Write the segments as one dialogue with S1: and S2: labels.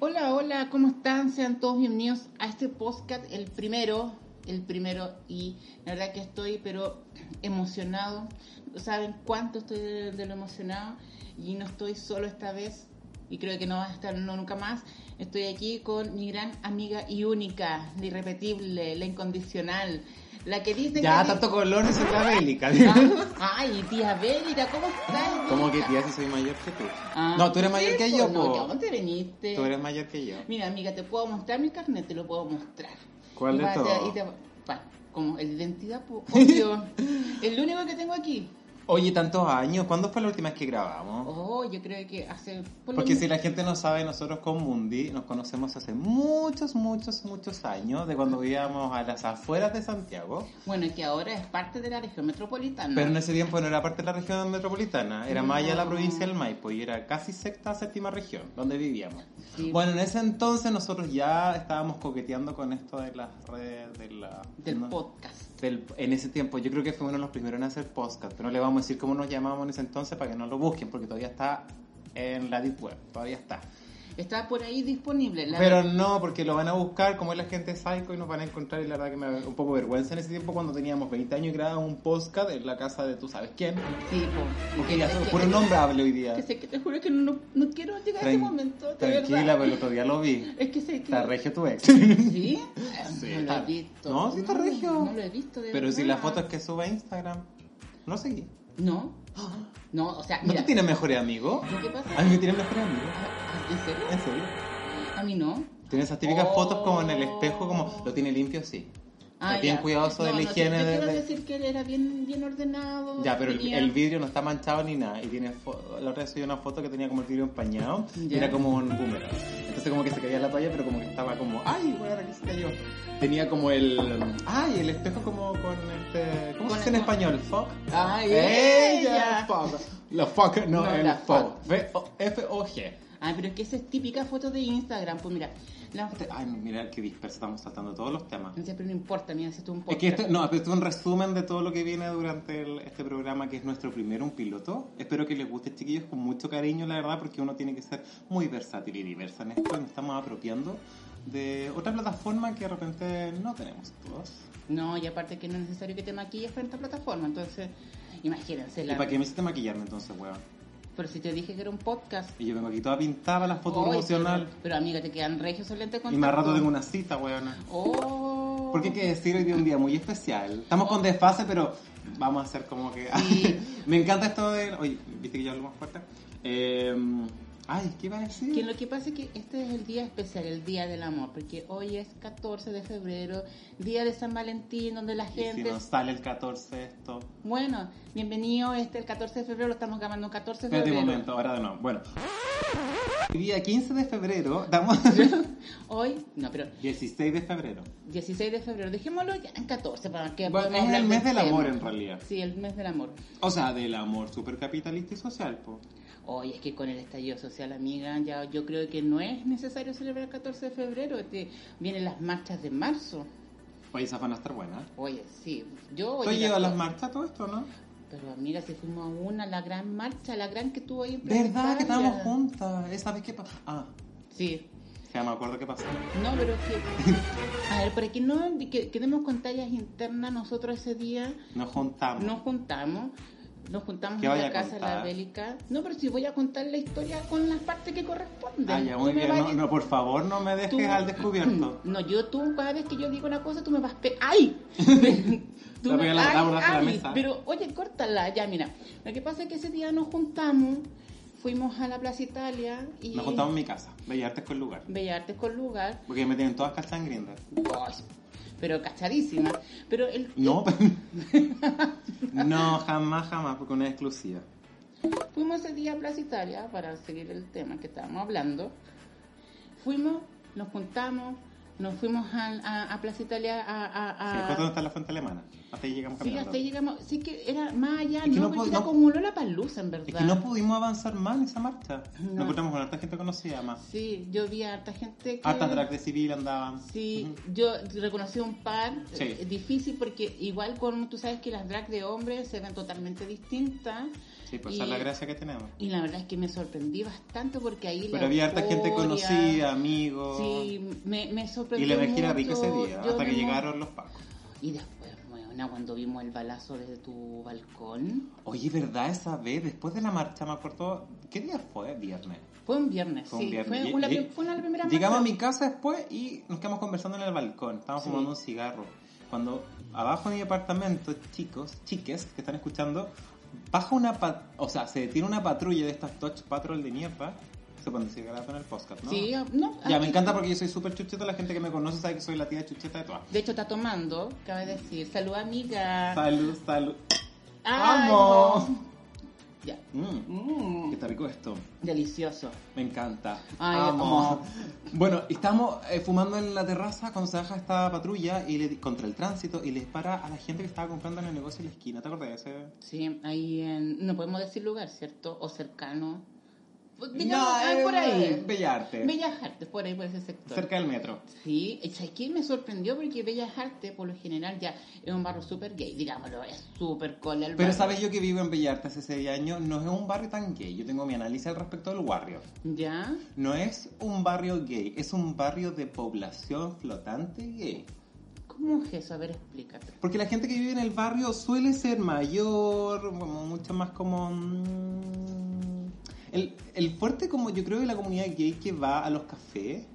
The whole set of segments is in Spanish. S1: Hola, hola, ¿cómo están? Sean todos bienvenidos a este podcast, el primero, el primero, y la verdad que estoy, pero emocionado. No saben cuánto estoy de, de lo emocionado, y no estoy solo esta vez, y creo que no va a estar no, nunca más. Estoy aquí con mi gran amiga y única, la irrepetible, la incondicional, la que dice
S2: Ya,
S1: que.
S2: tanto color no soy la bélica.
S1: Ah, Ay, tía Bélica, ¿cómo estás?
S2: ¿Cómo que
S1: Bélica?
S2: tía si soy mayor que tú?
S1: Ah,
S2: no, tú eres
S1: sí,
S2: mayor que
S1: po,
S2: yo,
S1: No,
S2: po.
S1: ¿cómo te viniste?
S2: Tú eres mayor que yo.
S1: Mira, amiga, te puedo mostrar mi carnet, te lo puedo mostrar.
S2: ¿Cuál
S1: Y
S2: de
S1: va- te-
S2: todos?
S1: y te va- va, como el de identidad, po, obvio. el único que tengo aquí.
S2: Oye, tantos años. ¿Cuándo fue la última vez que grabamos?
S1: Oh, yo creo que hace. por lo
S2: Porque
S1: menos-
S2: si la gente no sabe, nosotros con Mundi nos conocemos hace muchos, muchos, muchos años, de cuando vivíamos a las afueras de Santiago.
S1: Bueno, que ahora es parte de la región metropolitana.
S2: Pero en ese tiempo no era parte de la región metropolitana, era más allá de la
S1: No.
S2: provincia del Maipo y era casi sexta, séptima región donde vivíamos.
S1: Sí.
S2: Bueno, en ese entonces nosotros ya estábamos coqueteando con esto de las redes, de la...
S1: Del
S2: no-
S1: podcast.
S2: del- en ese tiempo, yo creo que fue uno de los primeros en hacer podcast, pero no le vamos a decir cómo nos llamamos en ese entonces para que no lo busquen, porque todavía está en la Deep Web, todavía está.
S1: Está por ahí disponible. La
S2: Pero no, porque lo van a buscar, como es la gente psycho, y nos van a encontrar, y la verdad que me da un poco vergüenza en ese tiempo cuando teníamos 20 años y grabábamos un podcast en la casa de tú sabes quién.
S1: Sí, po.
S2: Porque ya
S1: Es
S2: somos
S1: que-
S2: puro nombrable hoy día.
S1: Que sé que te juro que no, no- no quiero llegar a ese
S2: Tran-
S1: momento. De
S2: Tranquila,
S1: verdad.
S2: pero el otro día lo vi.
S1: Es que sé que.
S2: Está regio tu ex.
S1: ¿Sí?
S2: Sí,
S1: No lo he
S2: está-
S1: visto.
S2: No, sí está regio.
S1: No lo he visto. De
S2: Pero si
S1: verdad.
S2: las fotos que sube a Instagram, no seguí.
S1: No. No, o sea,
S2: ¿No
S1: mira.
S2: te tienes mejores amigos?
S1: ¿Lo que pasa?
S2: A mí me tienen mejores amigos.
S1: Ah, ¿En serio?
S2: En serio.
S1: A mí no.
S2: Tienes esas típicas
S1: Oh.
S2: fotos como en el espejo, como lo tiene limpio, sí.
S1: Ah,
S2: bien
S1: ya.
S2: cuidadoso de la
S1: No, no, sí,
S2: higiene
S1: Yo
S2: de-
S1: quiero
S2: de-
S1: decir que él era bien, bien ordenado.
S2: Ya, pero el,
S1: tenía-
S2: el vidrio no está manchado ni nada. Y tiene fo- la otra vez subí una foto que tenía como el vidrio empañado y
S1: Ya.
S2: era como un boomerang. Entonces como que se caía la toalla, pero como que estaba como, ay, bueno, aquí se cayó. Tenía como el, ay, el espejo como con este,
S1: Con-
S2: ¿cómo se dice en
S1: con-
S2: español? Fuck.
S1: ¡Ay,
S2: ella!
S1: ella!
S2: fuck. La fuck, no,
S1: No,
S2: el
S1: la
S2: fuck. F- o- F-O-G.
S1: Ah, pero es que esa es típica foto de Instagram. Pues mira, la...
S2: Este- Ay, mira qué disperso estamos tratando todos los temas.
S1: No sé, pero no importa, mira, si tú un
S2: Es
S1: poco.
S2: que este, no, este es un resumen de todo lo que viene durante el- este programa, que es nuestro primero, un piloto. Espero que les guste, chiquillos, con mucho cariño, la verdad, porque uno tiene que ser muy versátil y diversa en esto. y Nos estamos apropiando de otra plataforma que de repente no tenemos todos.
S1: No, y aparte que no es necesario que te maquilles frente a plataforma. Entonces, imagínense.
S2: ¿Y
S1: La...
S2: para qué me hiciste maquillarme entonces, weón?
S1: Pero si te dije que era un podcast.
S2: Y yo vengo aquí toda pintada para la foto
S1: Ay,
S2: promocional.
S1: Pero, pero, amiga, te quedan regios los lentes de
S2: Y más rato
S1: contacto.
S2: tengo una cita, weón.
S1: Oh.
S2: Porque hay que decir hoy día un día muy especial. Estamos con desfase, pero vamos a hacer como que.
S1: Sí.
S2: Me encanta esto de. Oye, ¿viste que yo hablo más fuerte? Eh, ay, ¿qué iba a decir?
S1: Que lo que pasa es que este es el día especial, el día del amor, porque hoy es 14 de febrero, día de San Valentín, donde la
S2: Y si
S1: gente...
S2: nos sale el 14 esto.
S1: Bueno, bienvenido, este el 14 de febrero, lo estamos grabando el 14 de
S2: Espérate un
S1: febrero.
S2: momento, ahora de nuevo. Bueno. Hoy día 15 de febrero, damos.
S1: Hoy, no, pero
S2: 16 de febrero.
S1: 16 de febrero, dejémoslo ya pues, en 14 para que...
S2: Bueno,
S1: podamos
S2: es el
S1: hablar
S2: mes del
S1: tema.
S2: amor en realidad.
S1: Sí, el mes del amor.
S2: O sea, del amor supercapitalista y social, po.
S1: Hoy es que con el estallido social, amiga, ya yo creo que no es necesario celebrar el 14 de febrero, este, vienen las marchas de marzo.
S2: Oye, esas van a estar buenas.
S1: Oye, sí, yo... voy
S2: ¿Tú
S1: a ir a
S2: llevas las
S1: todo.
S2: marchas todo esto, no?
S1: Pero mira, si fuimos a una, la gran marcha, la gran que tuvo ahí. en
S2: ¿Verdad que
S1: Plaza Italia.
S2: estábamos juntas? ¿Esa vez qué pasó? Ah,
S1: Sí.
S2: ya me acuerdo qué pasó.
S1: No, pero es que. A ver, para que no que, quedemos con tallas internas, nosotros ese día
S2: Nos juntamos.
S1: nos juntamos. Nos juntamos
S2: ¿Qué
S1: en
S2: vaya
S1: la
S2: a
S1: casa de la
S2: contar?
S1: bélica. No, pero si voy a contar la historia con las partes que corresponden.
S2: Ah, ya, muy
S1: Tú me
S2: bien.
S1: vas-
S2: No, no, por favor, no me dejes
S1: tú-
S2: al descubierto.
S1: No, yo tú, cada vez que yo digo una cosa, tú me vas pe... ¡Ay!
S2: La pega la- la borracha a la
S1: ay,
S2: mesa.
S1: Pero, oye, córtala. Ya, mira. Lo que pasa es que ese día nos juntamos, fuimos a la Plaza Italia y...
S2: Nos juntamos en mi casa. Bellas Artes con el lugar.
S1: Bellas Artes con lugar.
S2: Porque me tienen todas cachas en Grindr.
S1: Ay, pero cachadísima. Pero el...
S2: No, no, jamás, jamás, porque una exclusiva.
S1: Fuimos ese día a Plaza Italia para seguir el tema que estábamos hablando. Fuimos, nos juntamos, Nos fuimos al- a, a Plaza Italia a... a- a-
S2: Sí, justo donde está la fuente alemana. Hasta ahí llegamos
S1: Ah. Sí,
S2: caminando.
S1: hasta ahí llegamos. Sí, que era más allá,
S2: Es que
S1: no,
S2: no
S1: porque
S2: pod-
S1: se
S2: no-
S1: acumuló la palusa, en verdad.
S2: Es que no pudimos avanzar más en esa marcha.
S1: No.
S2: Nos encontramos con harta gente conocida más.
S1: Sí, yo vi a harta gente que...
S2: Harta drag de civil andaban.
S1: Sí, yo reconocí un par
S2: Sí.
S1: eh, difícil porque igual con, tú sabes que las drag de hombres se ven totalmente distintas
S2: Sí, pues
S1: Y-
S2: esa es la gracia que tenemos.
S1: y la verdad es que me sorprendí bastante porque ahí... la
S2: Pero había harta gente
S1: euforia-
S2: conocida, amigos.
S1: Sí, me, me
S2: y
S1: sorprendió
S2: la energía era rica
S1: mucho.
S2: ese día,
S1: Yo
S2: hasta que
S1: me mo-
S2: llegaron los pacos.
S1: Y después, bueno, cuando vimos el balazo desde tu balcón,
S2: Oye, ¿verdad? Esa vez, después de la marcha, me acuerdo. ¿Qué día fue? Viernes.
S1: fue un viernes,
S2: Fue un
S1: sí,
S2: viernes.
S1: Fue,
S2: Lle-
S1: una,
S2: lle-
S1: fue una de las primeras
S2: Llegamos a
S1: marchas.
S2: mi casa después y nos quedamos conversando en el balcón. Estábamos
S1: Sí.
S2: fumando un cigarro. Cuando abajo en mi apartamento, chicos, chiques que están escuchando, baja una pat- o sea, se detiene una patrulla de estas Touch Patrol de mierda. Se pone cigarro en el podcast, ¿no?
S1: Sí, ah, no,
S2: Ya,
S1: aquí-
S2: me encanta porque yo soy súper chucheta. La gente que me conoce sabe que soy la tía chucheta de todas.
S1: De hecho, está tomando, cabe decir. Salud, amiga.
S2: Salud, salud.
S1: Ay,
S2: ¡Vamos!
S1: no. Ya.
S2: Mm,
S1: Mm,
S2: qué está rico esto.
S1: Delicioso.
S2: Me encanta.
S1: Ay,
S2: Amo.
S1: amo.
S2: Bueno, estamos eh, fumando en la terraza cuando se baja esta patrulla y le, contra el tránsito y le dispara a la gente que estaba comprando en el negocio de la esquina. ¿Te acuerdas de ese?
S1: Sí, ahí en... No podemos decir lugar, ¿cierto? O cercano. Pues, Digamos,
S2: No,
S1: ah,
S2: eh,
S1: por
S2: eh,
S1: ahí.
S2: Bellarte.
S1: Bellas Artes, por ahí, por ese sector.
S2: Cerca del metro.
S1: Sí, es aquí me sorprendió porque Bellas Artes, por lo general, ya es un barrio súper gay, digámoslo, es súper cola el
S2: Pero
S1: barrio.
S2: sabes yo que vivo en Bellarte hace seis años, no es un barrio tan gay. Yo tengo mi análisis al respecto del barrio.
S1: ¿Ya?
S2: No es un barrio gay, es un barrio de población flotante gay.
S1: ¿Cómo es eso? A ver, explícate.
S2: Porque la gente que vive en el barrio suele ser mayor, como mucho más como... mm, El, el fuerte como yo creo que la comunidad gay que va a los cafés,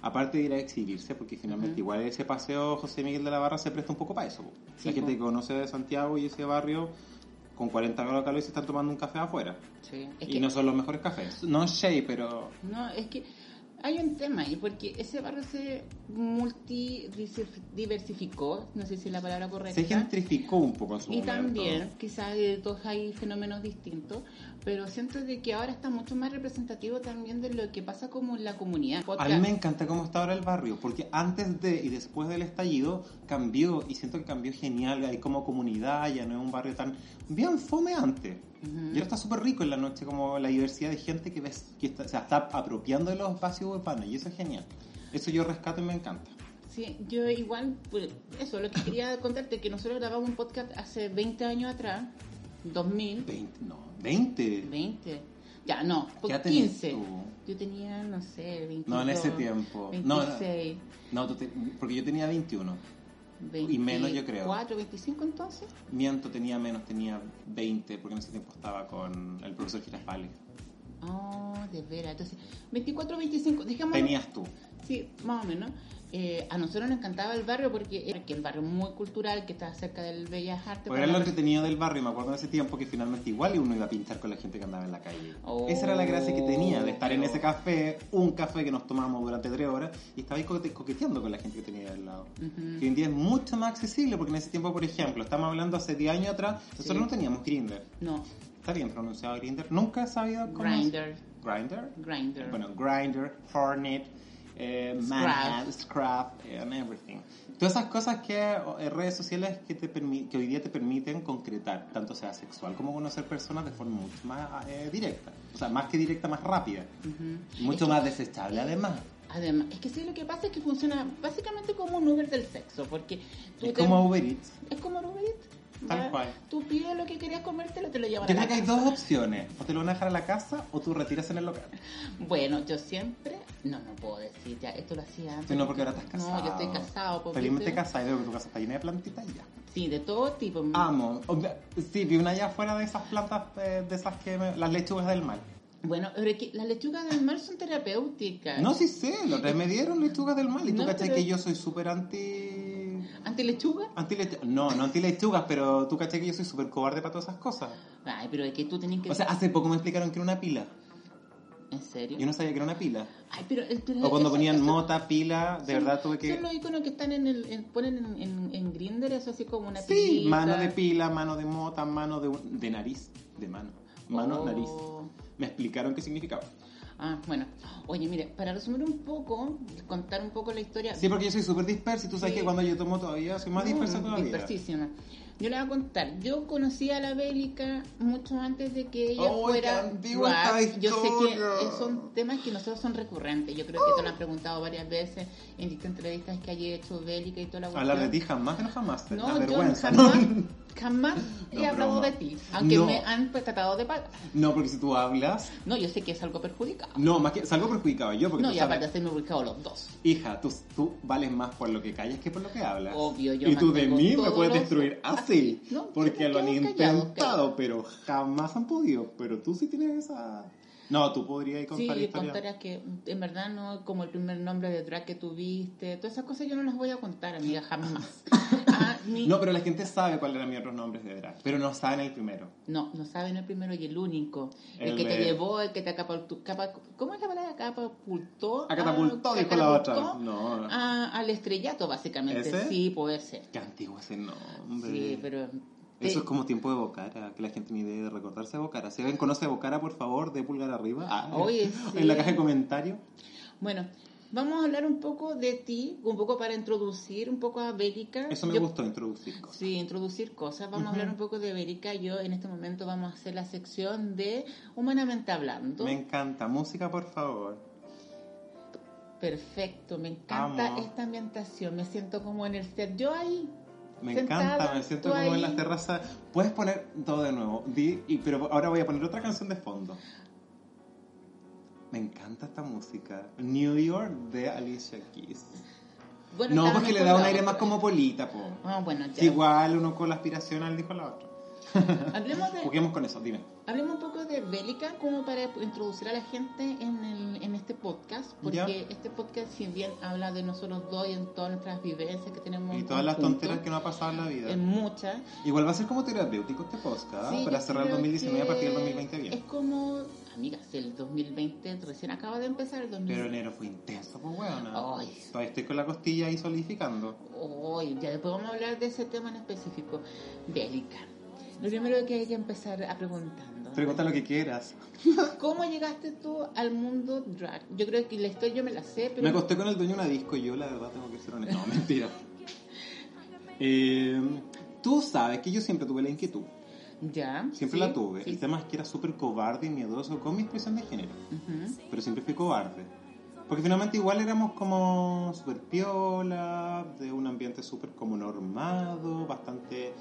S2: aparte de ir a exhibirse, porque finalmente
S1: Ujú.
S2: igual ese paseo José Miguel de la Barra se presta un poco para eso. po.
S1: Sí,
S2: la gente
S1: po.
S2: que conoce de Santiago y ese barrio, con 40 grados de calor, se están tomando un café afuera.
S1: Sí, es
S2: y
S1: que,
S2: no son los mejores cafés. No shade, pero...
S1: no, es que hay un tema ahí, porque ese barrio se multidiversificó, no sé si es la palabra correcta.
S2: Se gentrificó un poco en su
S1: Y
S2: momento.
S1: también, quizás de todos hay fenómenos distintos, pero siento de que ahora está mucho más representativo también de lo que pasa como en la comunidad.
S2: A mí me encanta cómo está ahora el barrio, porque antes de y después del estallido cambió y siento que cambió genial. Hay como comunidad, ya no es un barrio tan bien fome antes. Y
S1: Ujú.
S2: ahora está súper rico en la noche, como la diversidad de gente que ves que está, se está apropiando de los espacios urbanos, y eso es genial. Eso yo rescato y me encanta.
S1: Sí, yo igual, pues, eso, lo que quería contarte, que nosotros grabamos un podcast hace 20 años atrás, 2000,
S2: 20, no, 20.
S1: 20, ya no,
S2: ¿Qué
S1: pues
S2: edad tenías
S1: 15.
S2: tú?
S1: Yo tenía, no sé, 22.
S2: No, en ese tiempo. No, no.
S1: 26.
S2: No, tú te- porque yo tenía 21.
S1: 24,
S2: Y menos, yo creo.
S1: 25 entonces.
S2: Miento, tenía menos, tenía 20, porque en ese tiempo estaba con el profesor Girafales.
S1: Oh, de veras. Entonces, 24, 25, dejémoslo.
S2: Tenías tú.
S1: Sí, más o menos. Eh, a nosotros nos encantaba el barrio porque era que el barrio muy cultural, que estaba cerca del Bellas Artes.
S2: Porque
S1: para
S2: Pues era lo
S1: la-
S2: entretenido del barrio, me acuerdo de ese tiempo que finalmente igual uno iba a pintar con la gente que andaba en la calle.
S1: Oh,
S2: Esa era la gracia que tenía de estar en
S1: pero-
S2: ese café, un café que nos tomamos durante tres horas y estaba ahí coquete- coqueteando con la gente que tenía al lado.
S1: Ujú.
S2: Que hoy en día es mucho más accesible porque en ese tiempo, por ejemplo, estamos hablando hace 10 años atrás, nosotros
S1: Sí.
S2: no teníamos Grinder.
S1: No,
S2: Está bien pronunciado Grinder, nunca he sabido cómo es.
S1: Grinder.
S2: Grindr.
S1: Grinder.
S2: Bueno, Grinder, Hornet, eh, Manhunt, Scrap, eh, and everything. Todas esas cosas que eh, redes sociales que, te permi- que hoy día te permiten concretar, tanto sea sexual como conocer personas de forma mucho más eh, directa. O sea, más que directa, más rápida.
S1: Ujú.
S2: Mucho
S1: Es que-
S2: más desechable, además.
S1: Además, es que sí, lo que pasa es que funciona básicamente como un Uber del sexo, porque tú
S2: Es
S1: te-
S2: como Uber Eats.
S1: es como un Uber Eats,
S2: Tal
S1: ¿ya?
S2: cual.
S1: Tú pides lo que querías comértelo, te lo
S2: Yo
S1: llevan a la
S2: creo que hay
S1: casa.
S2: dos opciones. O te lo van a dejar a la casa o tú retiras en el local.
S1: Bueno, yo siempre, no, no puedo decir, ya, esto lo hacía antes.
S2: Sí, no, porque ahora estás casado.
S1: No, yo estoy casado, pues, porque
S2: Felizmente
S1: estoy-
S2: casado, yo creo que tu casa está llena de plantitas y ya.
S1: Sí, de todo tipo.
S2: Amo. Obvia- Sí, vi una allá afuera de esas plantas, eh, de esas que... me- las lechugas del mal.
S1: Bueno, pero es que las lechugas del mar son terapéuticas.
S2: No, sí sé, los tres me dieron lechugas del mal. Y tú
S1: Eh. No,
S2: cachai
S1: pero-
S2: que yo soy súper anti...
S1: ¿Ante lechuga?
S2: anti lechu- No, no anti lechugas, pero tú cachai que yo soy súper cobarde para todas esas cosas.
S1: Ay, pero es que tú tenés que...
S2: O sea, hace poco me explicaron que era una pila.
S1: ¿En serio?
S2: Yo no sabía que era una pila.
S1: Ay, pero... pero
S2: O cuando
S1: eso-
S2: ponían
S1: eso-
S2: mota, pila, de
S1: son-
S2: verdad tuve que...
S1: Son los iconos que están en el... en- ponen en, en, en Grindr, eso así como una
S2: Sí,
S1: pilita.
S2: mano de pila, mano de mota, mano de, de nariz, de mano. Mano,
S1: Oh.
S2: nariz. Me explicaron qué significaba.
S1: Ah, bueno. Oye, mira, para resumir un poco, contar un poco la historia.
S2: Sí, porque yo soy súper disperso y tú sabes
S1: Sí.
S2: que cuando yo tomo todavía soy más
S1: No,
S2: dispersa todavía.
S1: dispersísima. Yo le voy a contar. Yo conocí a la Bélica mucho antes de que ella
S2: ¡Ay,
S1: fuera.
S2: qué antigua
S1: drag.
S2: esta
S1: Yo sé que
S2: historia!
S1: eh, son temas que nosotros son recurrentes. Yo creo que te lo han preguntado varias veces en distintas entrevistas que haya hecho Bélica y toda la
S2: Hablar de
S1: cuestión.
S2: ti jamás, que no jamás. la
S1: No, yo
S2: vergüenza.
S1: jamás,
S2: ¿no?
S1: jamás
S2: No,
S1: he hablado
S2: broma.
S1: de ti. Aunque
S2: No.
S1: me han pues, tratado de pa-
S2: No, porque si tú hablas,
S1: No, yo sé que es algo perjudicado.
S2: no, más que salgo perjudicado yo porque
S1: No,
S2: tú
S1: y
S2: sabes,
S1: aparte hacerme ubicado los dos.
S2: hija, tú, tú vales más por lo que callas que por lo que hablas.
S1: Obvio, yo
S2: Y tú de
S1: mantengo
S2: mí me
S1: todos
S2: puedes
S1: los-
S2: destruir así,
S1: así, ¿no?
S2: porque
S1: Yo me
S2: lo han
S1: quedo callado,
S2: intentado, pero jamás han podido. Pero tú sí tienes esa... No, tú podrías contar
S1: Sí,
S2: historias.
S1: contar que en verdad no, como el primer nombre de drag que tuviste, todas esas cosas yo no las voy a contar, amiga, jamás. Ah, ni-
S2: No,
S1: no.
S2: pero la gente sabe cuáles eran mis otros nombres de drag, pero no saben el primero.
S1: no, saben el primero y el único. El,
S2: El
S1: que te
S2: de-
S1: llevó, el que te acapultó. capa- ¿Cómo es la palabra? Acapultó.
S2: A catapultó,
S1: Ah,
S2: dijo la otra.
S1: catapultó
S2: No,
S1: a- al estrellato, básicamente.
S2: ¿Ese?
S1: Sí, puede ser.
S2: qué antiguo ese nombre.
S1: Sí, pero.
S2: Eso es como tiempo de Bocara, que la gente ni idea de recordarse a Bocara. Si alguien conoce a Bocara, por favor, de pulgar arriba. Ah,
S1: Oye,
S2: En la
S1: sí.
S2: caja de comentarios.
S1: Bueno, vamos a hablar un poco de ti, un poco para introducir un poco a Bélica.
S2: Eso me
S1: Ah, Yo-
S2: gustó introducir. cosas.
S1: Sí, introducir cosas. Vamos a hablar un poco de Bélica. Yo en este momento vamos a hacer la sección de Humanamente Hablando.
S2: Me encanta. Música, por favor.
S1: Perfecto, me encanta
S2: Amo.
S1: esta ambientación. Me siento como en el set. Yo ahí.
S2: Me
S1: Sentada,
S2: encanta, me siento
S1: tú
S2: como en
S1: ahí.
S2: las terrazas. Puedes poner todo de nuevo, Di- y- pero ahora voy a poner otra canción de fondo. Me encanta esta música. New York de Alicia Keys.
S1: Bueno,
S2: No,
S1: estaba
S2: porque le
S1: mejor
S2: da un
S1: la
S2: aire
S1: otra.
S2: más cosmopolita, po.
S1: Ah, bueno, ya.
S2: Igual uno con la aspiración al dijo la otra.
S1: Hablemos, de,
S2: Juguemos con eso, dime.
S1: hablemos un poco de Bélica como para introducir a la gente en, el- en este podcast. Porque
S2: Ya.
S1: este podcast, si bien habla de nosotros dos y en todas nuestras vivencias que tenemos.
S2: Y
S1: en
S2: todas las
S1: conjunto,
S2: tonteras que nos ha pasado en la
S1: En
S2: vida.
S1: muchas.
S2: Igual va a ser como terapéutico este podcast,
S1: Sí,
S2: para
S1: yo
S2: cerrar el
S1: creo
S2: 2019 a partir del
S1: que
S2: 2020 bien.
S1: Es como, amigas, el 2020 recién acaba de empezar el
S2: Pero
S1: 2020.
S2: enero fue intenso, pues bueno.
S1: Ay.
S2: Todavía estoy con la costilla ahí solidificando.
S1: Hoy, ya después vamos a hablar de ese tema en específico. Bélica. Lo primero que hay que empezar a preguntando.
S2: Pregunta lo que quieras.
S1: ¿Cómo llegaste tú al mundo drag? Yo creo que la historia yo me la sé, pero
S2: Me acosté con el dueño de una disco y yo, la verdad, tengo que ser honesto. No, mentira. Eh, tú sabes que yo siempre tuve la inquietud.
S1: ya.
S2: Siempre
S1: sí,
S2: la tuve. este-
S1: sí.
S2: El tema es que era súper cobarde y miedoso con mi expresión de género.
S1: Ujú.
S2: Pero siempre fui cobarde. Porque finalmente igual éramos como súper piola, de un ambiente súper como normado, bastante...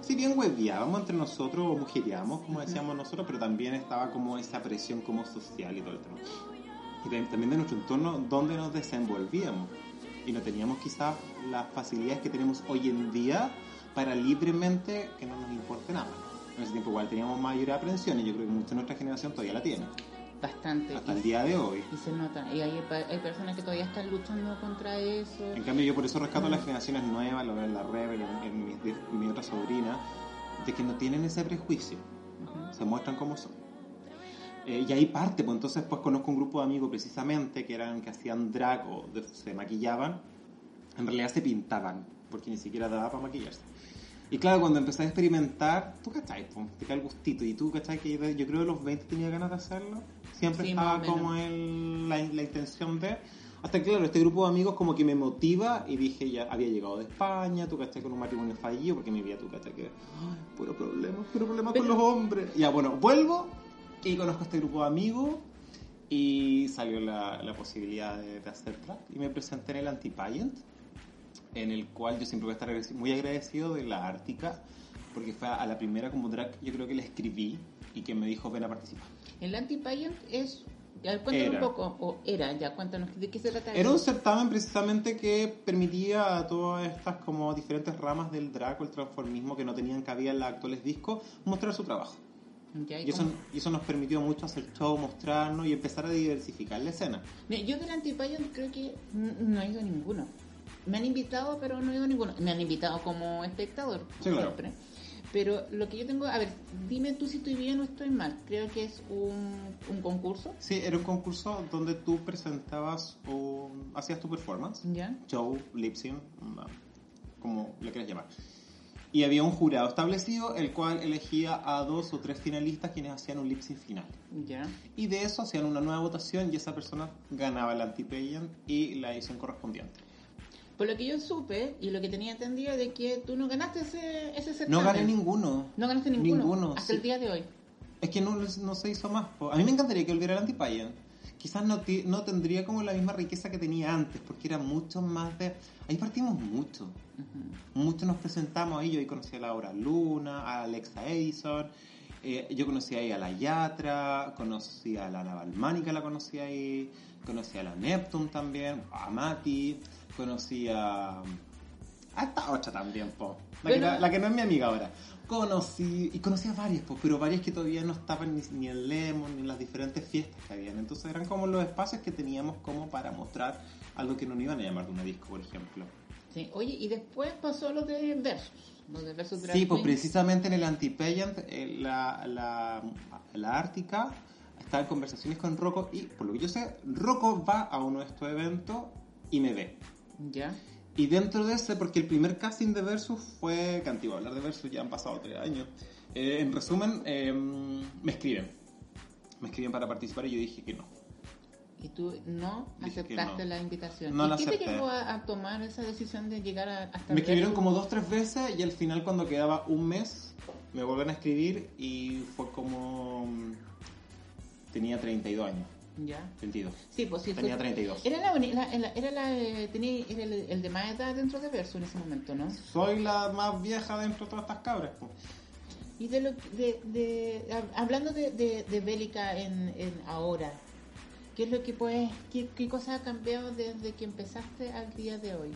S2: Si bien hueveábamos entre nosotros o mujeríamos, como decíamos nosotros, pero también estaba como esa presión como social y todo el tema. Y de- también de nuestro entorno donde nos desenvolvíamos. Y no teníamos quizás las facilidades que tenemos hoy en día para libremente que no nos importe nada. En ese tiempo igual teníamos mayor aprensión y yo creo que mucha de nuestra generación todavía la tiene.
S1: Bastante.
S2: Hasta el
S1: Y,
S2: día de hoy.
S1: y se nota. Y hay, pa- hay personas que todavía están luchando contra eso.
S2: En cambio, yo por eso rescato a las generaciones nuevas, lo veo en la Rebel, en, en mi, de- mi otra sobrina, de que no tienen ese prejuicio,
S1: Ujú.
S2: se muestran como son. Eh, y ahí parte, pues entonces pues conozco un grupo de amigos precisamente que eran que hacían drag o de- se maquillaban, en realidad se pintaban, porque ni siquiera daba para maquillarse. Y claro, cuando empecé a experimentar, tú cachai, pues, te cae el gustito, y tú cachai que yo, yo creo que a los 20 tenía ganas de hacerlo, siempre
S1: Sí,
S2: estaba
S1: más o menos.
S2: como el, la, la intención de... Hasta que, claro, este grupo de amigos como que me motiva y dije, ya había llegado de España, tú cachai con un matrimonio fallido, porque mi vida tú cachai que, ay, puro problema, puro problema con los hombres. Ya, bueno, vuelvo y conozco a este grupo de amigos y salió la, la posibilidad de, de hacer track y me presenté en el Antipayant en el cual yo siempre voy a estar agradec- muy agradecido de la Ártica porque fue a la primera como drag yo creo que la escribí y que me dijo ven a participar
S1: El anti-pageant es. A ver, cuéntanos
S2: Era.
S1: un poco. O era, ya, cuéntanos. ¿De qué se trata?
S2: Era un certamen precisamente que permitía a todas estas como diferentes ramas del drag o el transformismo que no tenían cabida en los actuales discos mostrar su trabajo.
S1: Ya, ¿y
S2: Y eso,
S1: cómo?
S2: y eso nos permitió mucho hacer show, mostrarnos y empezar a diversificar la escena.
S1: Mira, Yo del anti-pageant creo que n- no he ido a ninguno. Me han invitado, pero no he ido a ninguno. Me han invitado como espectador.
S2: Sí, claro.
S1: siempre. Pero lo que yo tengo. A ver, dime tú si estoy bien o estoy mal. Creo que es un, un concurso.
S2: Sí, era un concurso donde tú presentabas o hacías tu performance.
S1: ¿Ya?
S2: show, lip sync, mm, como le quieras llamar. Y había un jurado establecido, el cual elegía a dos o tres finalistas quienes hacían un lip sync final.
S1: Ya.
S2: Y de eso hacían una nueva votación y esa persona ganaba la anti-pageant y la edición correspondiente.
S1: Por lo que yo supe y lo que tenía entendido de que tú no ganaste ese, ese certamen.
S2: No gané ninguno.
S1: No ganaste ninguno.
S2: Ninguno,
S1: Hasta
S2: sí.
S1: el día de hoy.
S2: Es que no, no se hizo más. po. A mí me encantaría que volviera el anti-pageant. Quizás no, ti- no tendría como la misma riqueza que tenía antes, porque era mucho más de... Ahí partimos mucho. Muchos nos presentamos ahí. Yo ahí conocí a Laura Luna, a Alexa Edison. eh, yo conocí ahí a la Yatra, conocí a la Ana Balmani, que la conocí ahí. Conocí a la Neptune también, a Mati. Conocí a... A esta otra también, po. La, que,
S1: Pero-
S2: no- la que no es mi amiga ahora. Conocí, y conocí a varias, pues, pero varias que todavía no estaban ni, ni en Lemon, ni en las diferentes fiestas que habían. Entonces eran como los espacios que teníamos como para mostrar algo que no nos iban a llamar de una disco, por ejemplo.
S1: Sí. Oye, y después pasó lo de Versus. Lo de Versus Drag
S2: Sí, pues
S1: Queen.
S2: precisamente en el Antipayant, eh, la, la, la Ártica estaba en conversaciones con Rocco y, por lo que yo sé, Rocco va a uno de estos eventos y me ve.
S1: Ya.
S2: Y dentro de ese, porque el primer casting de Versus fue, que antiguo hablar de Versus, ya han pasado tres años. Eh, en resumen, eh, me escriben. Me escriben para participar y yo dije que no.
S1: Y tú no
S2: Dije
S1: aceptaste
S2: que no.
S1: la invitación.
S2: No
S1: ¿Y
S2: la
S1: qué
S2: acepté.
S1: te llevó a, a tomar esa decisión de llegar a, hasta
S2: Me escribieron
S1: Versus?
S2: como dos, tres veces y al final cuando quedaba un mes me vuelven a escribir y fue como... mm, Tenía 32 años.
S1: Ya.
S2: 32.
S1: Sí, pues sí. fue-
S2: Tenía 32.
S1: Era la, uni- la- la- era la, eh, tenía, era el, el de más edad dentro de Versus en ese momento, ¿no?
S2: Soy la más vieja dentro de todas estas cabras. po.
S1: Y de lo de, de- hab- hablando de, de, de Bélica en, en ahora, ¿qué es lo que puedes, qué, qué cosa ha cambiado desde que empezaste al día de hoy?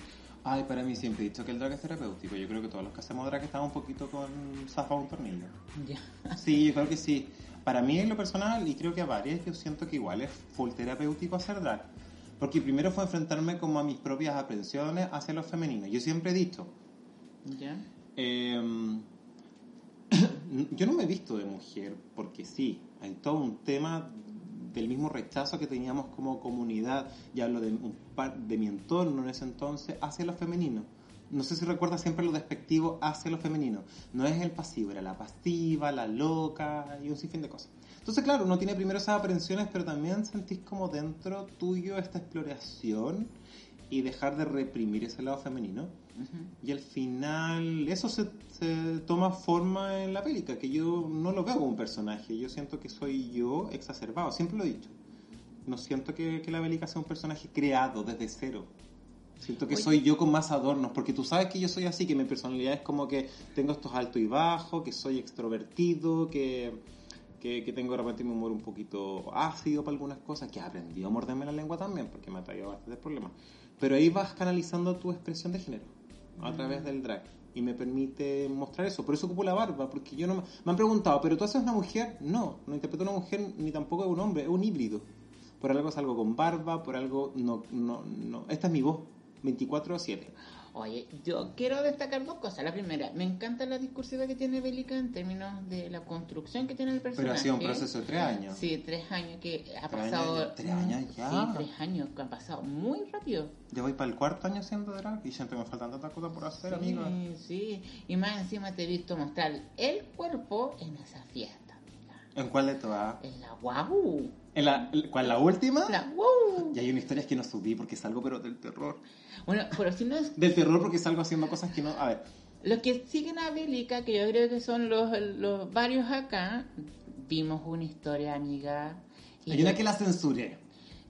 S2: Ay, para mí siempre he dicho que el drag es terapéutico. Yo creo que todos los que hacemos drag estamos un poquito con zafado un tornillo.
S1: Ya.
S2: Sí, yo creo que sí. Para mí en lo personal, y creo que a varias, yo siento que igual es full terapéutico hacer drag. Porque primero fue enfrentarme como a mis propias aprensiones hacia los femeninos. Yo siempre he dicho,
S1: Ya.
S2: eh, yo no me he visto de mujer porque sí, hay todo un tema del mismo rechazo que teníamos como comunidad, y hablo de, un par, de mi entorno en ese entonces, hacia lo femenino. No sé si recuerdas siempre lo despectivo hacia lo femenino. No es el pasivo, era la pasiva, la loca y un sinfín de cosas. Entonces, claro, uno tiene primero esas aprensiones, pero también sentís como dentro tuyo esta exploración y dejar de reprimir ese lado femenino.
S1: Ujú.
S2: Y al final eso se, se toma forma en la película, que yo no lo veo como un personaje, yo siento que soy yo exacerbado, siempre lo he dicho. No siento que, que la bélica sea un personaje creado desde cero. Siento que
S1: Oye.
S2: soy yo con más adornos, porque tú sabes que yo soy así, que mi personalidad es como que tengo estos altos y bajos, que soy extrovertido, que, que, que tengo de repente mi humor un poquito ácido para algunas cosas, que he aprendido a morderme la lengua también, porque me ha traído bastantes problemas. Pero ahí vas canalizando tu expresión de género a través del drag y me permite mostrar eso. Por eso ocupo la barba, porque yo no me, me han preguntado, ¿pero tú haces una mujer? No, no interpreto a una mujer ni tampoco a un hombre, es un híbrido. Por algo salgo con barba, por algo no, no, no. Esta es mi voz, 24 a 7.
S1: Oye, yo quiero destacar dos cosas. La primera, me encanta la discursiva que tiene Bélica en términos de la construcción que tiene el personaje.
S2: Pero ha sido un proceso de tres años.
S1: Sí, tres años que ha
S2: Tres
S1: pasado.
S2: años- tres años ya.
S1: Sí, tres años que han pasado muy rápido.
S2: Ya voy para el cuarto año haciendo drag y siempre me faltan tantas cosas por hacer,
S1: sí,
S2: amiga.
S1: sí. Y más encima te he visto mostrar el cuerpo en esa fiesta, amiga.
S2: ¿En cuál de todas?
S1: En la guau.
S2: ¿En la, el- ¿Cuál la última?
S1: La guau.
S2: Y hay una historia que no subí porque salgo, pero del terror.
S1: Bueno, pero si no es.
S2: Del terror porque salgo haciendo cosas que no. A ver,
S1: Los que siguen a Bélica, que yo creo que son los, los varios acá, vimos una historia, amiga. y
S2: hay una
S1: yo-
S2: que la censuré.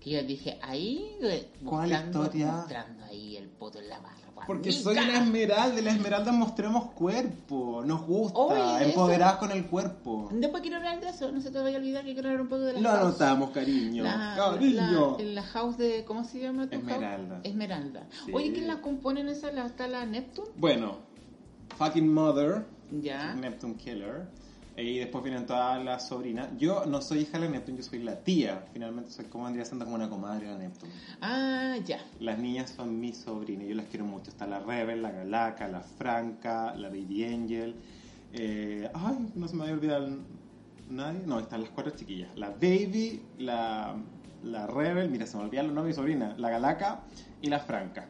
S1: que yo dije, ahí. eh,
S2: ¿Cuál
S1: mostrando-
S2: historia?
S1: Mostrando ahí el poto en la barra.
S2: Porque
S1: amiga.
S2: soy una esmeralda, y las esmeraldas mostremos cuerpo, nos gusta,
S1: Oye, eso-
S2: empoderadas con el cuerpo.
S1: Después quiero hablar de eso, no se te vaya a olvidar que quiero hablar un poco de la
S2: Lo anotamos, cariño.
S1: La,
S2: cariño.
S1: la- en la house de, ¿cómo se llama tu house?
S2: Esmeralda.
S1: Esmeralda.
S2: Sí.
S1: Oye, ¿quién la compone en esa? ¿La, ¿Está la Neptune?
S2: Bueno, fucking mother,
S1: Ya.
S2: Neptune Killer. Y después vienen todas las sobrinas. Yo no soy hija de la Neptune, yo soy la tía. Finalmente soy como vendría siendo como una comadre de la Neptune.
S1: Ah, ya.
S2: Las niñas son mis sobrinas, yo las quiero mucho. Está la Rebel, la Galaca, la Franca, la Baby Angel. eh, ay, no se me había olvidado nadie. No, están las cuatro chiquillas. La Baby, la, la Rebel, mira, se me olvidaron los nombres de mi sobrina. La Galaca y la Franca.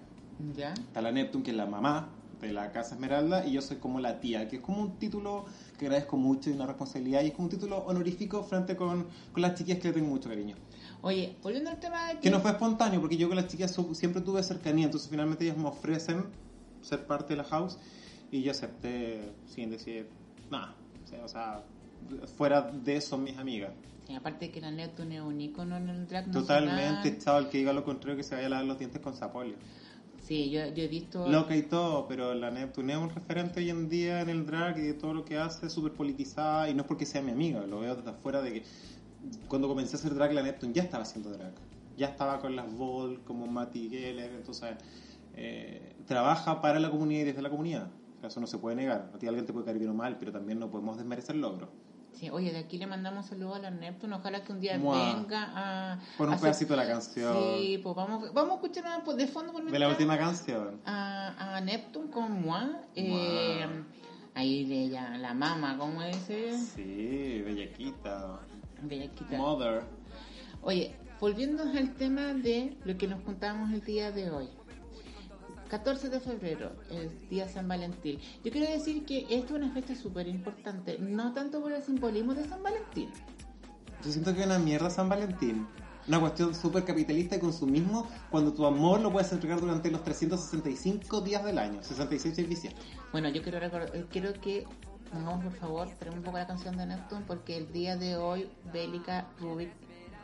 S1: Ya.
S2: Está la Neptune, que es la mamá de la Casa Esmeralda y yo soy como la tía, que es como un título que agradezco mucho y una responsabilidad y es como un título honorífico frente con, con las chiquillas que le tengo mucho cariño.
S1: Oye, volviendo al tema de
S2: Que no fue espontáneo, porque yo con las chicas su- siempre tuve cercanía, entonces finalmente ellas me ofrecen ser parte de la house y yo acepté sin decir nada. O sea, o sea, fuera de son mis amigas.
S1: Y aparte que la Neptune es un icono en el drag
S2: Totalmente,
S1: nacional.
S2: chao, el que diga lo contrario que se vaya a lavar los dientes con sapolio.
S1: Sí, yo, yo he visto...
S2: Loca y todo, pero la Neptune es un referente hoy en día en el drag y de todo lo que hace, súper politizada, y no es porque sea mi amiga, lo veo desde afuera de que cuando comencé a hacer drag, la Neptune ya estaba haciendo drag, ya estaba con las Vol, como Mati Geller, entonces eh, trabaja para la comunidad y desde la comunidad, eso no se puede negar, a ti alguien te puede caer bien o mal, pero también no podemos desmerecer logros.
S1: Sí, oye, de aquí le mandamos un saludo a la Neptune. Ojalá que un día
S2: Mua.
S1: venga a...
S2: Pon un
S1: a hacer-
S2: pedacito de la canción,
S1: Sí, pues vamos, vamos a escuchar una- pues, de fondo por
S2: de la
S1: mientras,
S2: última canción.
S1: a, a Neptune con Moi. eh,
S2: Mua.
S1: ahí de ella, la mama, ¿cómo es? ese?
S2: Sí, bellaquita,
S1: Bellaquita.
S2: mother.
S1: Oye, volviendo al tema de lo que nos juntamos el día de hoy. 14 de febrero, el día San Valentín. Yo quiero decir que esto es una fecha súper importante, no tanto por el simbolismo de San Valentín.
S2: Yo siento que es una mierda San Valentín. Una cuestión súper capitalista y consumismo cuando tu amor lo puedes entregar durante los 365 días del año, 66 y 17.
S1: Bueno, yo quiero recordar, eh, quiero que pongamos por favor, tenemos un poco la canción de Neptune porque el día de hoy Bélica Rubik,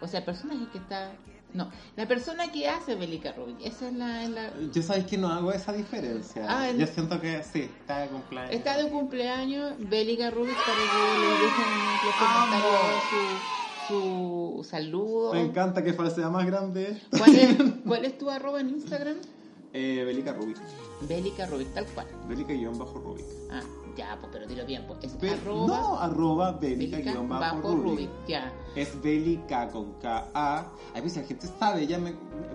S1: o sea, el personaje que está, no, la persona que hace Bélica Rubik, esa es la, es la-
S2: Yo sabéis que no hago esa diferencia.
S1: Ah, el-
S2: Yo siento que sí, está de cumpleaños.
S1: está de cumpleaños Bélica Rubik para que le dejen en los comentarios su, su saludo.
S2: Me encanta que falsea más grande.
S1: ¿Cuál es, ¿Cuál es tu arroba en Instagram?
S2: Eh, Bélica Rubik.
S1: Bélica Rubik, tal cual.
S2: Bélica guión bajo Rubik.
S1: Ah, ya, pues, pero dilo bien, pues, es
S2: Be-
S1: arroba
S2: No, arroba Bélica
S1: Bélica
S2: guión bajo
S1: bajo
S2: Rubik.
S1: Rubik, ya.
S2: Es Bélica con K-A. Ay, pues la gente sabe, ya me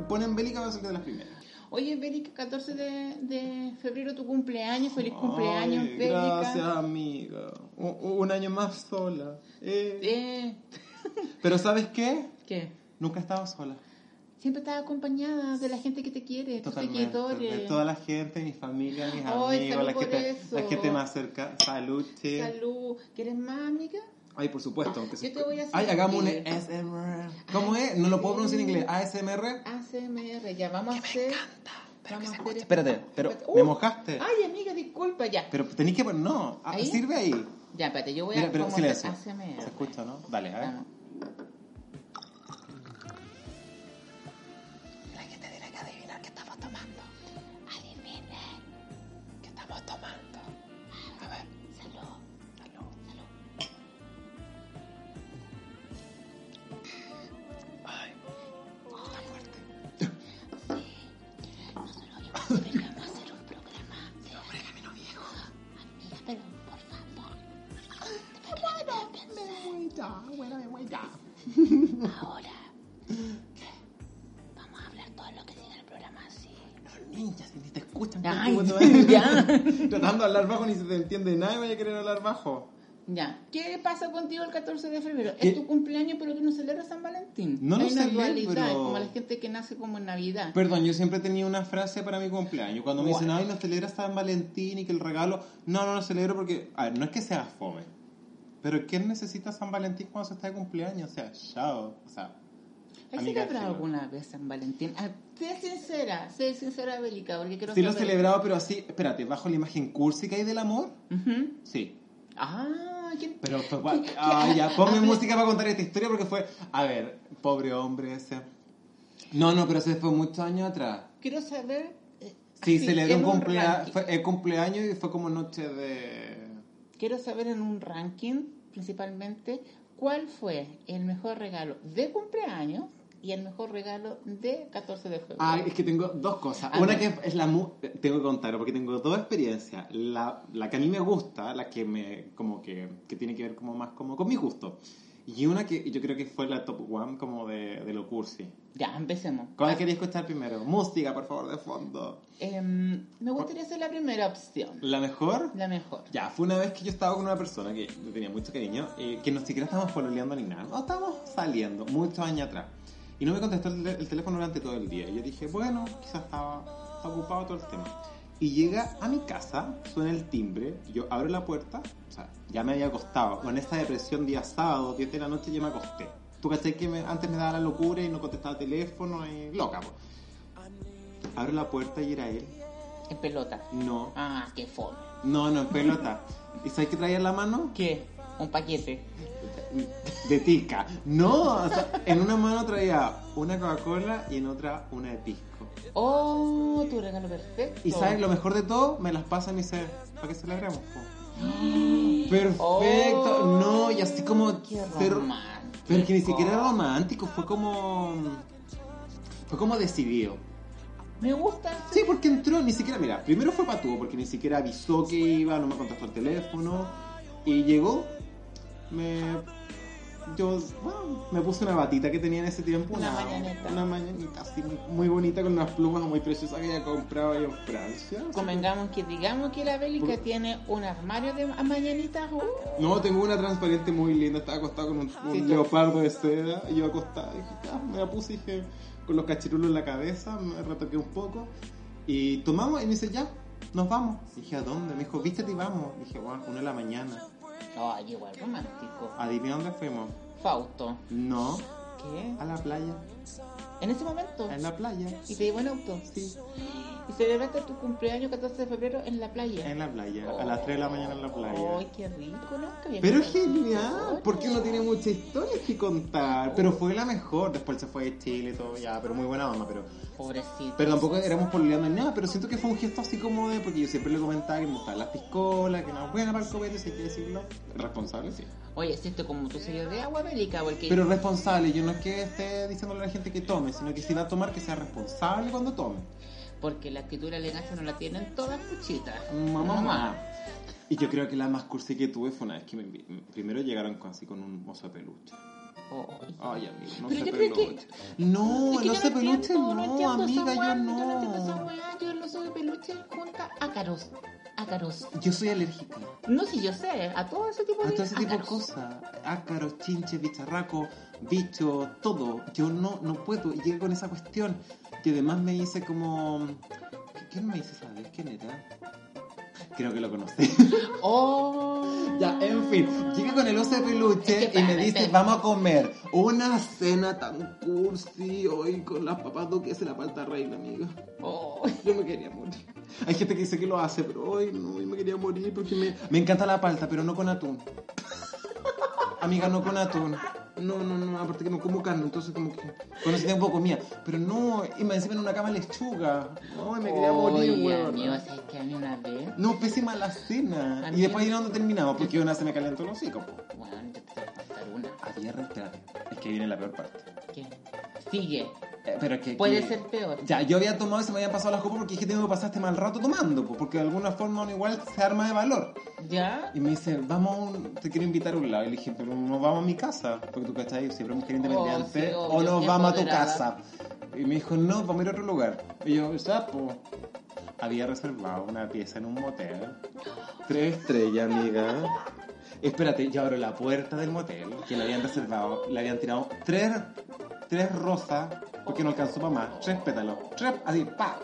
S2: ponen Bélica, voy a salir de las primeras.
S1: Oye, Bélica, 14 de, de febrero tu cumpleaños. Feliz cumpleaños,
S2: Ay,
S1: Bélica.
S2: Gracias, amiga. U- u- Un, año más sola. Eh.
S1: Eh,
S2: Pero ¿sabes qué?
S1: ¿Qué?
S2: Nunca he estado sola.
S1: Siempre estás acompañada de la gente que te quiere, tus
S2: Totalmente. De
S1: seguidores.
S2: toda la gente, mi familia, mis
S1: Ay,
S2: amigos,
S1: salud
S2: la
S1: por
S2: gente,
S1: eso.
S2: la gente más cerca. Salud, che.
S1: Salud. ¿Quieres más, amiga?
S2: Ay, por supuesto. Aunque
S1: Yo te voy a hacer
S2: Ay, hagamos un
S1: sentir.
S2: ASMR. ¿Cómo es? No lo puedo pronunciar en inglés. ASMR.
S1: ACMR, ya vamos a hacer. vamos a hacer
S2: Espérate, pero
S1: Uh,
S2: me mojaste.
S1: Ay, amiga, disculpa, ya.
S2: Pero tenéis que poner. No, ah,
S1: ¿Ahí?
S2: sirve ahí.
S1: Ya, espérate, yo voy
S2: Mira,
S1: a.
S2: pero
S1: vamos a hacer
S2: silencio.
S1: ACMR.
S2: Se escucha, ¿no? Dale, a ver.
S1: Vamos.
S3: La gente tiene que adivinar qué estamos tomando. Adivinen. ¿Qué estamos tomando? A ver. Salud. Salud. Salud. Ay. Está fuerte. Sí. Nosotros deberíamos hacer un programa. Sí, hombre, camino viejo. Amiga, pero por favor. Déjame pensar. Ahora. Vamos a hablar todo lo que diga el programa así.
S2: Los ninjas ni te escuchan.
S1: Ay,
S2: conchudo, madre.
S1: ya.
S2: Tratando de hablar bajo ni se te entiende nada y vaya a querer hablar bajo.
S1: Ya. ¿Qué pasa contigo el 14 de febrero?
S2: ¿Qué?
S1: Es tu cumpleaños, pero tú no celebras San Valentín.
S2: No lo
S1: Hay una
S2: celebro.
S1: dualidad, es como la gente que nace como en Navidad.
S2: Perdón, yo siempre tenía una frase para mi cumpleaños. Cuando me dicen, ay, no celebras San Valentín y que el regalo. No, no lo celebro porque. A ver, no es que sea fome. Pero ¿quién necesita San Valentín cuando se está de cumpleaños? O sea, chao. O sea,
S1: ¿Has
S2: amiga,
S1: celebrado
S2: sí,
S1: alguna vez San Valentín? Ah, sé sincera, sé sincera, Bélica, porque quiero
S2: Sí lo he
S1: saber.
S2: celebrado, pero así. Espérate, bajo la imagen cursi que hay del amor.
S1: Ujú.
S2: Sí.
S1: Ah, ¿quién?
S2: Pero fue pa- Ay, ya, ponme música para contar esta historia porque fue. A ver, pobre hombre ese. No, no, pero se fue muchos años atrás.
S1: quiero saber. eh,
S2: Sí,
S1: así,
S2: celebré un
S1: en
S2: cumplea-
S1: ranking.
S2: fue el cumpleaños y fue como noche de.
S1: Quiero saber en un ranking, principalmente, cuál fue el mejor regalo de cumpleaños y el mejor regalo de 14 de febrero.
S2: Ay, ah, es que tengo dos cosas.
S1: A
S2: Una
S1: ver.
S2: que es la. mu- Tengo que contar porque tengo dos experiencias. La, la que a mí me gusta, la que me. como que, que tiene que ver como más como con mi gusto. Y una que yo creo que fue la top one como de, de lo cursi.
S1: Ya, empecemos.
S2: ¿Cuál quería escuchar primero? Música, por favor, de fondo.
S1: Em, me gustaría ser la primera opción,
S2: ¿La mejor?
S1: la mejor.
S2: Ya, fue una vez que yo estaba con una persona que le tenía mucho cariño, eh, que no siquiera estábamos pololeando ni nada, no estábamos saliendo, muchos años atrás. Y no me contestó el, el teléfono durante todo el día. Y yo dije, bueno, quizás estaba, estaba ocupado todo el tema. Y llega a mi casa, suena el timbre, yo abro la puerta, o sea, ya me había acostado. Con esta depresión día sábado, 10 de la noche, ya me acosté. Tú caché que me- antes me daba la locura y no contestaba teléfono y loca, pues. Abro la puerta y era él.
S1: En pelota.
S2: No,
S1: Ah, qué fome.
S2: no, no, en pelota. ¿Y sabes qué traía en la mano?
S1: ¿Qué? Un paquete.
S2: De tica. No, o sea, en una mano traía una Coca-Cola y en otra una de pisco.
S1: Oh, tu regalo perfecto.
S2: Y sabes, lo mejor de todo, me las pasa y me dice, ¿para qué celebramos? po?" Perfecto.
S1: Oh,
S2: no, y así como...
S1: Qué
S2: ser-
S1: romántico.
S2: Pero que ni siquiera era romántico, fue como... Fue como decidido.
S1: Me gusta.
S2: Sí, porque entró, ni siquiera, mira, primero fue patúo, porque ni siquiera avisó que iba, no me contestó el teléfono, y llegó, me... Yo, bueno, me puse una batita que tenía en ese tiempo,
S1: Una mañanita.
S2: Una mañanita así, muy, muy bonita, con unas plumas muy preciosas que había comprado ahí en Francia.
S1: Convengamos que digamos que la Bélica tiene un armario de mañanitas. uh,
S2: No, tengo una transparente muy linda, estaba acostado con un, un
S1: Ah, Sí, tú.
S2: leopardo de seda, y yo acostado, dije, "Ah", me la puse, dije, con los cachirulos en la cabeza, me retoqué un poco, y tomamos, y me dice, ya, nos vamos. Dije, ¿a dónde? Me dijo, vístete y vamos. Dije, bueno, una de la mañana.
S1: Ay, igual romántico.
S2: ¿Adivina dónde fuimos?
S1: Fausto.
S2: No,
S1: ¿Qué?
S2: a la playa,
S1: En ese momento.
S2: en la playa,
S1: Y te llevó en auto.
S2: sí,
S1: Y celebraste tu cumpleaños 14 de febrero en la playa.
S2: en la playa, a las 3 de la mañana en la playa.
S1: Ay, qué rico, ¿no? Qué bien.
S2: Pero genial, porque uno tiene muchas historias que contar. Pero fue la mejor. Después se fue de Chile y todo, ya, pero muy buena onda. Pero
S1: Pobrecito.
S2: Pero tampoco éramos pololeando ni nada, pero siento que fue un gesto así como de, porque yo siempre le comentaba que me gustaban las piscolas, que no es buena para el copete, si hay que decirlo. Responsable, sí.
S1: Oye, siento como tu sello de agua bélica, porque
S2: Pero responsable, yo no es que esté diciéndole a la gente que tome, sino que si va a tomar, que sea responsable cuando tome.
S1: porque la actitud y la elegancia no la tienen todas puchitas.
S2: Mamá, mamá. Y yo creo que la más cursi que tuve fue una vez que me invi- Primero llegaron con- así con un oso de peluche.
S1: Ay.
S2: Ay, amigo, no
S1: Pero
S2: sé
S1: yo creo que-
S2: peluche. No,
S1: Es que
S2: el
S1: yo
S2: oso de peluche
S1: entiendo,
S2: no,
S1: entiendo esa
S2: amiga,
S1: weá,
S2: yo
S1: Yo no entiendo esa
S2: no.
S1: weá, yo el oso de peluche junta ácaros. Ácaros.
S2: Yo soy alérgica.
S1: No si yo sé, a todo ese tipo
S2: A
S1: de
S2: todo ese tipo de
S1: ácaros.
S2: cosas. Ácaros, chinches, bicharracos, bichos, todo. Yo no, no puedo. Y llegué con esa cuestión. Y además me hice como. ¿Qué- ¿Quién me hice esa vez? ¿Quién era? Creo que lo conocí.
S1: Oh.
S2: ya, en fin. Llegué con el oso de peluche
S1: Es que
S2: y me
S1: para,
S2: dice,
S1: espera.
S2: vamos a comer una cena tan cursi hoy con las papas que se la palta reina, amigo.
S1: Oh.
S2: Yo me quería morir. Hay gente que dice que lo hace, pero hoy no, hoy me quería morir porque me, me encanta la palta, pero no con atún. Amiga, no con atún. No, no, no, aparte que no como carne, entonces como que con ese tiempo comía. Pero no, y me encima en una cama lechuga. No, y me quería morir,
S1: Oye,
S2: weón.
S1: amigo, ¿sabes qué? a mí una vez?
S2: No, pésima la cena.
S1: A
S2: Y
S1: mí-
S2: después ahí no terminamos porque una se me calentó el hocico. po.
S1: Bueno, yo te voy a contar una.
S2: Había re- "Ah, espérate, es que viene la peor parte.
S1: ¿Qué? Sigue.
S2: Eh, pero es que...
S1: Puede
S2: que-
S1: ser peor.
S2: Ya, yo había tomado y se me habían pasado las copas porque dije tengo que pasar este mal rato tomando, pues, porque de alguna forma uno igual se arma de valor.
S1: ¿Ya?
S2: Y me dice, vamos, a un- te quiero invitar a un lado. Y le dije, pero nos vamos a mi casa, porque tú cachai, yo siempre mujer independiente,
S1: Oh, sí, obvio,
S2: o nos
S1: qué
S2: vamos a tu
S1: empoderada.
S2: casa. Y me dijo, no, vamos a ir a otro lugar. Y yo, ya, pues, había reservado una pieza en un motel. Tres estrellas, amiga. Espérate, yo abro la puerta del motel, que le habían reservado, le habían tirado tres, tres rosas, porque no alcanzó para más, tres pétalos, tres, así, pa.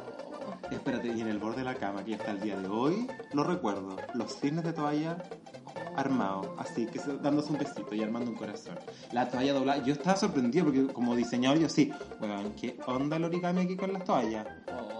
S2: Espérate, y en el borde de la cama, que hasta el día de hoy, lo recuerdo, los cines de toalla armados, así, que se- dándose un besito y armando un corazón. La toalla doblada, yo estaba sorprendido porque como diseñador yo sí, weón, ¿qué onda el origami aquí con las toallas?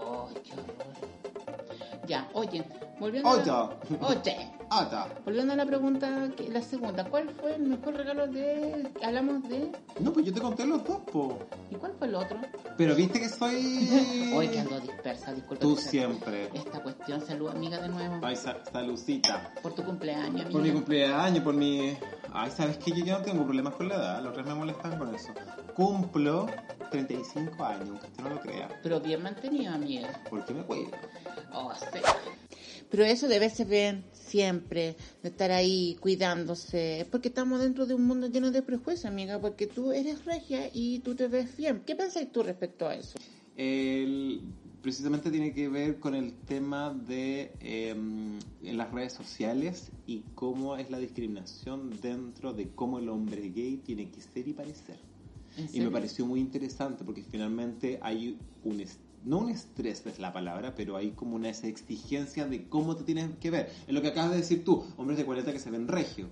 S1: Oh, qué horror. Ya, oye, volviendo
S2: Oh,
S1: a...
S2: ¡Ocho!
S1: Oye.
S2: ¡Ocho!
S1: Volviendo a la pregunta, que- la segunda, ¿cuál fue el mejor regalo de... Hablamos de...
S2: No, pues yo te conté los dos, po.
S1: ¿Y cuál fue el otro?
S2: Pero viste que soy...
S1: Hoy que ando dispersa, disculpa.
S2: Tú
S1: Esta-
S2: siempre.
S1: Esta cuestión, salud amiga de nuevo.
S2: Ay, sa- saludcita.
S1: Por tu cumpleaños, amiga.
S2: Por mi cumpleaños, por mi... Ay, ¿sabes qué? Yo ya no tengo problemas con la edad. Los tres me molestan con eso. Cumplo 35 años, aunque usted no lo crea.
S1: Pero bien mantenido, amiga.
S2: ¿Por qué me cuido?
S1: Oh, sí. Pero eso de verse bien siempre, de estar ahí cuidándose, es porque estamos dentro de un mundo lleno de prejuicios, amiga, porque tú eres regia y tú te ves bien. ¿Qué pensáis tú respecto a eso?
S2: El- precisamente tiene que ver con el tema de eh, en las redes sociales y cómo es la discriminación dentro de cómo el hombre gay tiene que ser y parecer.
S1: ¿En
S2: Y me
S1: serio?
S2: pareció muy interesante porque finalmente hay un es- no un estrés es la palabra, pero hay como una esa exigencia de cómo te tienes que ver. Es lo que acabas de decir tú, hombres de 40 que se ven regio.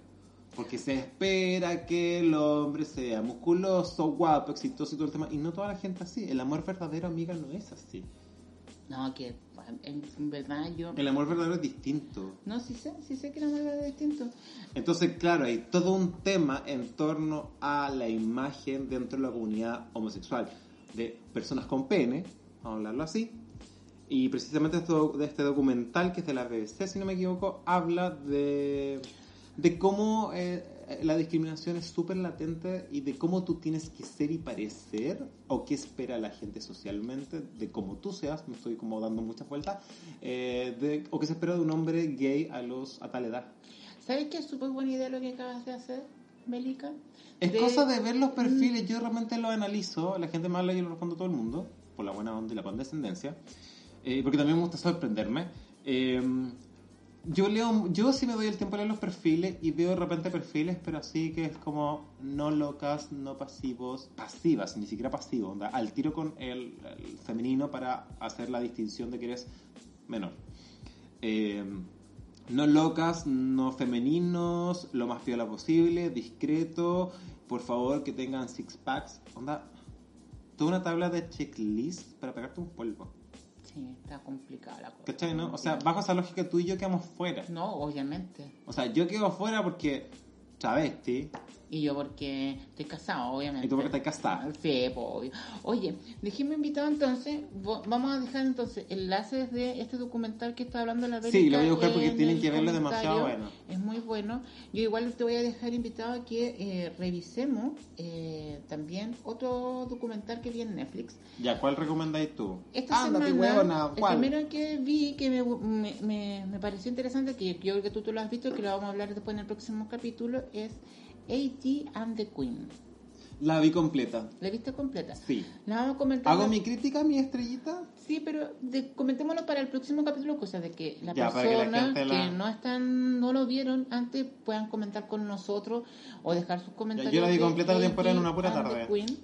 S2: Porque se espera que el hombre sea musculoso, guapo, exitoso y todo el tema. Y no toda la gente así. El amor verdadero, amiga, no es así.
S1: No, que en, en verdad yo...
S2: El amor verdadero es distinto.
S1: No, sí sé, sí sé que la verdad es distinto.
S2: Entonces, claro, hay todo un tema en torno a la imagen dentro de la comunidad homosexual. De personas con pene, vamos a hablarlo así. Y precisamente esto, de este documental, que es de la BBC, si no me equivoco, habla de, de cómo eh, la discriminación es súper latente y de cómo tú tienes que ser y parecer o qué espera la gente socialmente de cómo tú seas, me estoy como dando muchas vueltas, eh, de- o qué se espera de un hombre gay a, los, a tal edad.
S1: ¿Sabes qué es súper buena idea lo que acabas de hacer, Belica? Mm.
S2: Es cosa de ver los perfiles, yo realmente lo analizo, la gente me habla y yo lo respondo a todo el mundo, por la buena onda y la condescendencia, eh, porque también me gusta sorprenderme. Eh, yo leo, yo sí me doy el tiempo a leer los perfiles y veo de repente perfiles, pero así que es como no locas, no pasivos, pasivas, ni siquiera pasivo, onda, al tiro con el, el femenino para hacer la distinción de que eres menor. Eh, no locas, no femeninos, lo más piola posible, discreto, por favor que tengan six packs, onda, toda una tabla de checklist para pegarte un polvo.
S1: Sí, está complicada la cosa.
S2: ¿Cachai, no? O sea, bajo esa lógica tú y yo quedamos fuera.
S1: No, obviamente.
S2: O sea, yo quedo fuera porque travesti,
S1: Y yo porque estoy casado, obviamente.
S2: y tú porque estás casada.
S1: Sí, pues, obvio. Oye, dejéme invitado entonces, vo- vamos a dejar entonces enlaces de este documental que está hablando la Bélica.
S2: Sí, lo voy a buscar porque
S1: en
S2: tienen
S1: el
S2: que verlo, es demasiado
S1: comentario.
S2: bueno.
S1: Es muy bueno. Yo igual te voy a dejar invitado a que eh, revisemos eh, también otro documental que vi en Netflix.
S2: Ya, ¿cuál recomendáis tú?
S1: Esta
S2: Ándate,
S1: semana,
S2: huevona,
S1: el
S2: ¿cuál?
S1: primero que vi que me, me- me- me pareció interesante, que yo creo que tú, tú lo has visto, que lo vamos a hablar después en el próximo capítulo, es A.T. and the Queen.
S2: La vi completa.
S1: ¿La viste completa?
S2: Sí.
S1: La vamos a comentar.
S2: ¿Hago mi crítica, mi estrellita?
S1: Sí, pero de- comentémoslo para el próximo capítulo, cosa de que la
S2: Ya, para que la
S1: persona
S2: gente
S1: que,
S2: la-
S1: no están, no lo vieron antes puedan comentar con nosotros o dejar sus comentarios.
S2: yo la vi
S1: de
S2: completa la
S1: AT
S2: temporada en una pura
S1: and the
S2: tarde.
S1: Queen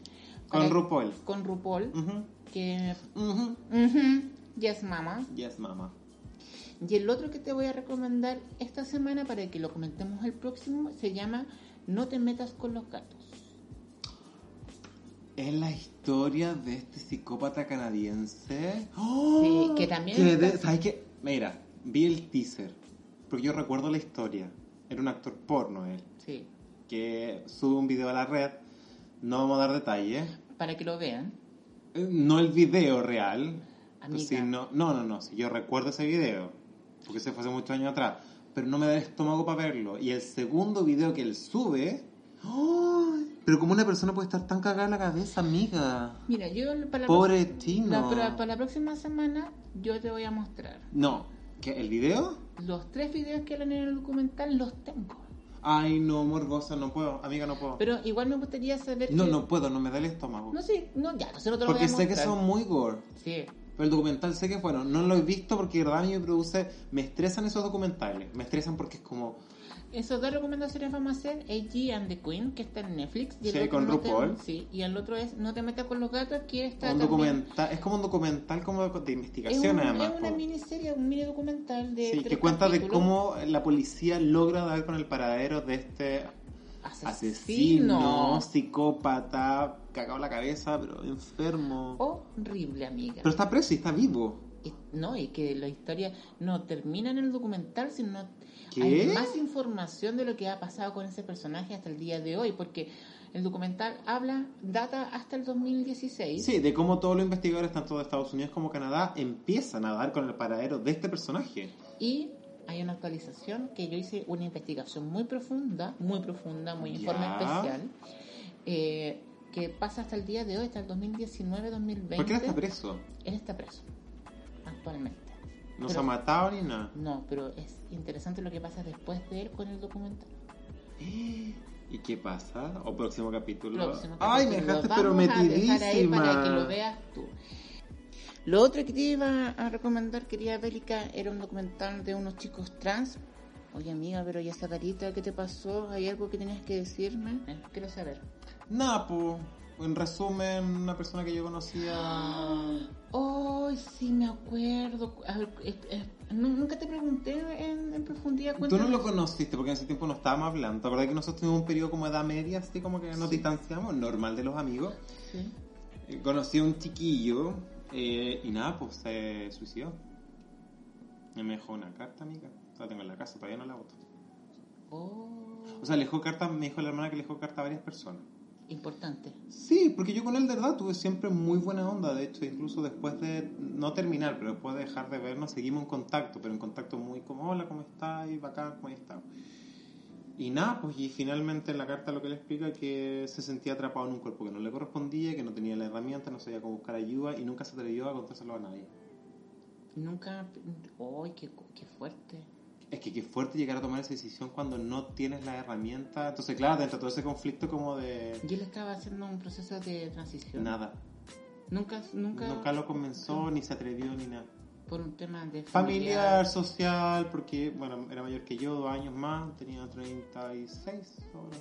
S1: para-
S2: Con Mm. RuPaul.
S1: Con RuPaul,
S2: Ujú,
S1: que...
S2: ujú.
S1: ujú, Yes, mama.
S2: Yes, mamá.
S1: Y el otro que te voy a recomendar esta semana para que lo comentemos el próximo se llama No te metas con los gatos.
S2: Es la historia de este psicópata canadiense. ¡Oh!
S1: Sí, que también
S2: Que
S1: está-
S2: de- ¿Sabes qué? Mira, vi el teaser. Porque yo recuerdo la historia. Era un actor porno él.
S1: Sí,
S2: Que sube un video a la red. No vamos a dar detalles.
S1: para que lo vean.
S2: Eh, No el video real.
S1: Amiga.
S2: Sino, no, no, no. Si yo recuerdo ese video. Porque se fue hace muchos años atrás. Pero no me da el estómago para verlo. Y el segundo video que él sube. ¡ay! Pero como una persona puede estar tan cagada en la cabeza, amiga.
S1: Mira, yo para la,
S2: Pobre
S1: próxima-
S2: Tino.
S1: la- para, para la próxima semana yo te voy a mostrar
S2: No, ¿qué? ¿El video?
S1: los tres videos que eran en el documental, los tengo.
S2: Ay, no, morbosa, no puedo, amiga, no puedo.
S1: Pero igual me gustaría saber...
S2: no,
S1: que-
S2: no puedo, no me da el estómago.
S1: No, sí, no, ya, entonces no te lo
S2: porque
S1: voy a
S2: sé que
S1: mostrar.
S2: son muy gore.
S1: Sí,
S2: Pero el documental sé que es bueno. No lo he visto porque de verdad a mí me produce. Me estresan esos documentales. Me estresan porque es como.
S1: Esas dos recomendaciones vamos a hacer, AG and the Queen, que está en Netflix. Y el
S2: Sí,
S1: otro
S2: con
S1: no te-
S2: RuPaul.
S1: sí, y el otro es No te metas con los gatos, que está
S2: un
S1: también-
S2: documental, es como un documental como de, de
S1: Es,
S2: investigación,
S1: un-
S2: además.
S1: es una
S2: po.
S1: miniserie, un mini documental de
S2: Sí,
S1: tres
S2: que cuenta de
S1: capítulos.
S2: cómo la policía logra dar con el paradero de este asesino,
S1: asesino.
S2: psicópata, cagado en la cabeza, pero enfermo.
S1: Oh. Horrible, amiga.
S2: Pero está preso y está vivo.
S1: Y- No, y que la historia no termina en el documental, sino
S2: ¿Qué?
S1: hay más información de lo que ha pasado con ese personaje hasta el día de hoy, porque el documental habla, data hasta el 2016.
S2: Sí, de cómo todos los investigadores, tanto de Estados Unidos como Canadá, empiezan a dar con el paradero de este personaje.
S1: Y hay una actualización que yo hice una investigación muy profunda, muy profunda, muy informe
S2: Ya.
S1: especial, eh, que pasa hasta el día de hoy, hasta el 2019-2020.
S2: ¿Por qué él está preso?
S1: Él está preso, actualmente.
S2: No se
S1: Pero-
S2: ha matado ni nada.
S1: No, pero es interesante lo que pasa después de él con el documental.
S2: ¿Y qué pasa? ¿O próximo capítulo?
S1: Próximo
S2: Ay, me
S1: capítulo.
S2: dejaste pero
S1: Lo vamos a
S2: metidísima.
S1: dejar ahí para que lo veas tú. Lo otro que te iba a recomendar, querida Bélica, era un documental de unos chicos trans. Oye, amiga, pero ya esa
S2: Eh,
S1: carita, ¿qué te pasó? ¿Hay algo que tenías que decirme? Quiero saber.
S2: Nah, po. en resumen, una persona que yo conocía.
S1: Ah, Oh, sí, me acuerdo. A ver, es- es- nu- nunca te pregunté en, en profundidad.
S2: Tú
S1: cuéntame.
S2: no lo conociste porque en ese tiempo no estábamos hablando. ¿Te acuerdas que nosotros tuvimos un periodo como edad media, así como que nos
S1: Sí.
S2: distanciamos, normal de los amigos?
S1: Sí.
S2: Eh, Conocí a un chiquillo eh, y nada, pues se suicidó. Y me dejó una carta, amiga. La tengo en la casa, todavía no la voto.
S1: Oh,
S2: O sea, le dejó carta, me dijo la hermana que le dejó carta a varias personas.
S1: importante.
S2: Sí, porque yo con él de verdad tuve siempre muy buena onda. De hecho, incluso después de no terminar, pero después de dejar de vernos, seguimos en contacto, pero en contacto muy como, hola, ¿cómo estás? Y bacán, ¿cómo estás? Y nada, pues y finalmente en la carta lo que le explica que se sentía atrapado en un cuerpo que no le correspondía, que no tenía la herramienta, no sabía cómo buscar ayuda y nunca se atrevió a contárselo a nadie.
S1: Nunca. ¡Ay, qué, cu- qué fuerte!
S2: Es que qué fuerte llegar a tomar esa decisión cuando no tienes la herramienta. Entonces, claro, dentro de todo ese conflicto como de
S1: Y él estaba haciendo un proceso de transición.
S2: nada.
S1: Nunca, nunca.
S2: Nunca lo comenzó, ni se atrevió, ni nada.
S1: Por un tema de
S2: Familiar, social, porque, bueno, era mayor que yo, dos años más, tenía 36 ahora.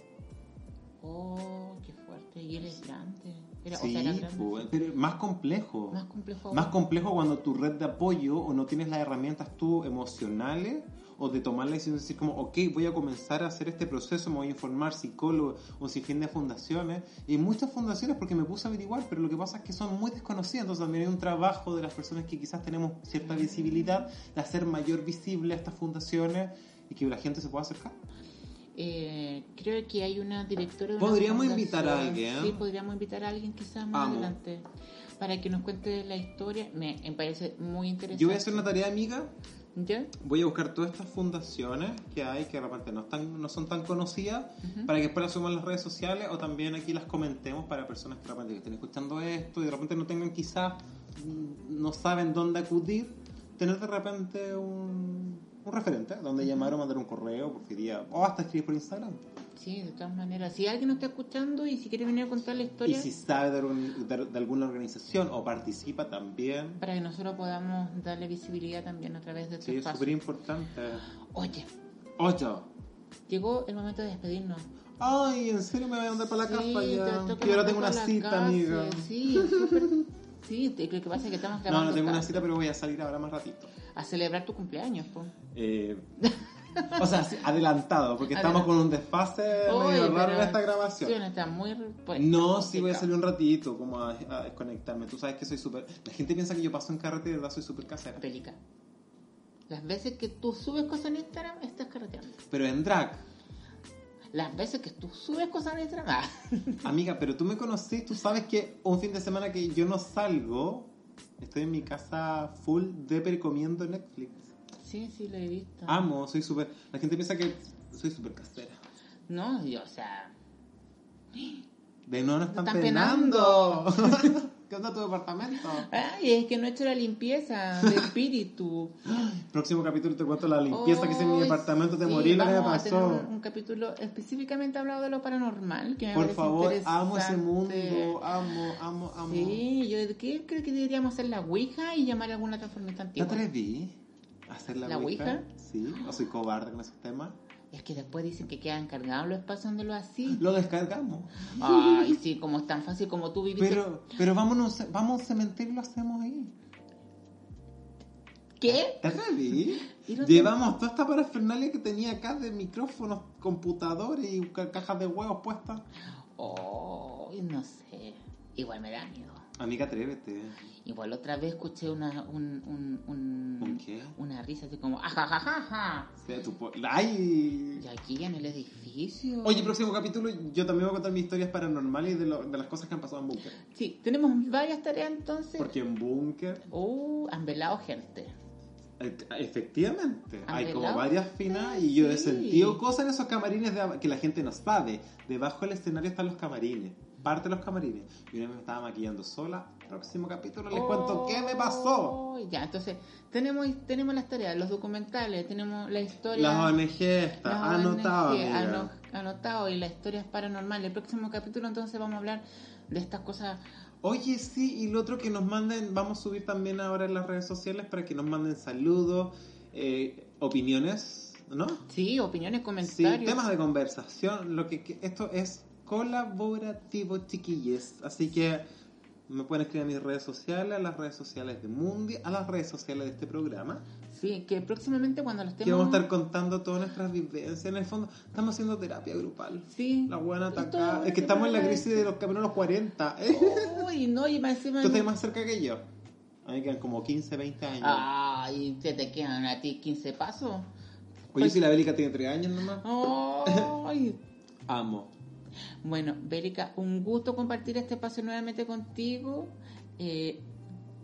S1: Oh, qué fuerte. Y él es grande. Era, o
S2: sí,
S1: sea, era grande.
S2: po, pero más complejo.
S1: Más complejo.
S2: Más
S1: aún.
S2: complejo cuando tu red de apoyo o no tienes las herramientas tú emocionales o de tomar la decisión de decir como, ok, voy a comenzar a hacer este proceso, me voy a informar psicólogo o sinfín de fundaciones y muchas fundaciones porque me puse a averiguar, pero lo que pasa es que son muy desconocidas, entonces también hay un trabajo de las personas que quizás tenemos cierta visibilidad de hacer mayor visible a estas fundaciones y que la gente se pueda acercar.
S1: Eh, creo que hay una directora. de una
S2: Podríamos
S1: fundación.
S2: invitar a alguien. ¿eh?
S1: Sí, podríamos invitar a alguien quizás más
S2: Vamos.
S1: adelante para que nos cuente la historia. Me, me parece muy interesante.
S2: Yo voy a hacer una tarea amiga
S1: ¿Ya?
S2: voy a buscar todas estas fundaciones que hay que de repente no, están, no son tan conocidas
S1: Ujú.
S2: para que después las suban en las redes sociales o también aquí las comentemos para personas que de repente estén escuchando esto y de repente no tengan quizás, mm, no saben dónde acudir, tener de repente un, un referente donde llamar o mandar un correo, porque diría, o hasta escribir por Instagram.
S1: Sí, de todas maneras. Si alguien nos está escuchando y si quiere venir a contar la
S2: Y
S1: historia
S2: si sabe de, algún- de- de alguna organización o participa también,
S1: para que nosotros podamos darle visibilidad también a través de este
S2: sí, es
S1: espacio.
S2: súper importante.
S1: Oye,
S2: Ocho.
S1: llegó el momento de despedirnos.
S2: Ay, en serio me voy a andar para la
S1: Sí,
S2: casa
S1: te
S2: ya.
S1: toca
S2: Que ahora
S1: mandar
S2: tengo una
S1: para la
S2: cita,
S1: casa,
S2: amiga.
S1: Sí, súper. Sí, te- lo que pasa es que estamos
S2: No,
S1: grabando
S2: no tengo una
S1: tarde.
S2: cita, pero voy a salir ahora más ratito.
S1: a celebrar tu cumpleaños, po.
S2: Eh, o sea, sí, adelantado, porque estamos
S1: Adelantado.
S2: con un desfase
S1: Oye,
S2: medio raro
S1: pero
S2: en esta
S1: sí,
S2: grabación.
S1: no está muy re-
S2: No,
S1: pues,
S2: sí voy a
S1: complicado.
S2: salir un ratito, como a, a desconectarme. Tú sabes que soy súper... La gente piensa que yo paso en carretera, de verdad soy súper casera.
S1: Pelica. Las veces que tú subes cosas en Instagram, estás carreteando.
S2: Pero en drag,
S1: Las veces que tú subes cosas en Instagram, ah,
S2: amiga, pero tú me conocés, tú sabes que un fin de semana que yo no salgo, estoy en mi casa full de percomiendo Netflix.
S1: sí, sí, lo he visto.
S2: Amo, soy súper. La gente piensa que soy súper casera.
S1: No, yo, o sea,
S2: De no, no están,
S1: Están
S2: penando. ¿Qué onda tu departamento?
S1: ay, es que no he hecho la limpieza de espíritu.
S2: Próximo capítulo te cuento la limpieza que hice en mi
S1: Ay,
S2: departamento de
S1: sí,
S2: morir, lo que me
S1: vamos a tener
S2: pasó.
S1: un, un capítulo específicamente hablado de lo paranormal, que me
S2: Por
S1: parece
S2: favor, amo ese
S1: interesante.
S2: mundo. Amo, amo, amo.
S1: Sí, yo de qué creo que deberíamos hacer la Ouija y llamar a alguna transformista
S2: ¿Te
S1: antigua.
S2: atreví a hacer la,
S1: ¿La
S2: ouija?
S1: ouija?
S2: Sí, o soy cobarde con esos temas.
S1: Es que después dicen que quedan cargados los espacios donde lo así.
S2: Lo descargamos.
S1: Ay, sí, como es tan fácil como tú viviste.
S2: Pero, pero vámonos, vamos al cementerio y lo hacemos ahí.
S1: ¿Qué?
S2: ¿Te atreví?
S1: Y no
S2: Llevamos toda esta parafernalia que tenía acá de micrófonos, computadores y ca- cajas de huevos puestas.
S1: Oh, no sé. Igual me da miedo.
S2: Amiga, atrévete.
S1: Igual otra vez escuché una, un, un, un-
S2: ¿Un qué?
S1: una risa así como, ajajajaja.
S2: O sea, tú po- ¡Ay!
S1: Y aquí en el edificio.
S2: Oye, próximo capítulo yo también voy a contar mis historias paranormales y de, lo- de las cosas que han pasado en Bunker.
S1: Sí, tenemos varias tareas entonces.
S2: Porque en Bunker,
S1: Oh, han velado gente.
S2: eh, efectivamente,
S1: ¿Han
S2: hay como
S1: velado?
S2: varias finas y yo he
S1: Ah, Sí.
S2: sentido cosas en esos camarines de ab- que la gente no sabe. Debajo del escenario están los camarines, parte de los camarines. Y una vez me estaba maquillando sola. Próximo capítulo les cuento qué me pasó.
S1: Oh, Ya, entonces, tenemos, tenemos las tareas, los documentales, tenemos la historia.
S2: Las ONG está
S1: Las
S2: anotado.
S1: ONG,
S2: amiga.
S1: ano- anotado y las historias paranormales. El próximo capítulo entonces vamos a hablar de estas cosas.
S2: Oye, sí, y lo otro que nos manden, vamos a subir también ahora en las redes sociales para que nos manden saludos, eh, opiniones, ¿no?
S1: Sí, opiniones,
S2: Sí,
S1: comentarios.
S2: temas de conversación, lo que que- esto es colaborativo, chiquilles. Así que me pueden escribir a mis redes sociales, a las redes sociales de Mundi, a las redes sociales de este programa.
S1: Sí, que próximamente cuando lo
S2: Que
S1: estemos...
S2: vamos a estar contando todas nuestras vivencias. En el fondo, estamos haciendo terapia grupal.
S1: Sí.
S2: La buena
S1: Esto-
S2: atacada. Es que estamos en la crisis de los caminos a los 40. ¿eh?
S1: Uy, Oh, no, Ah. y más encima...
S2: Tú estás más cerca que yo. A mí me quedan como 15, 20 años.
S1: Ay, ¿te, te quedan a ti 15 pasos?
S2: Oye, si la Bélica tiene 3 años nomás.
S1: Ay.
S2: Amo.
S1: Bueno, Bérica, un gusto compartir este espacio nuevamente contigo. Eh,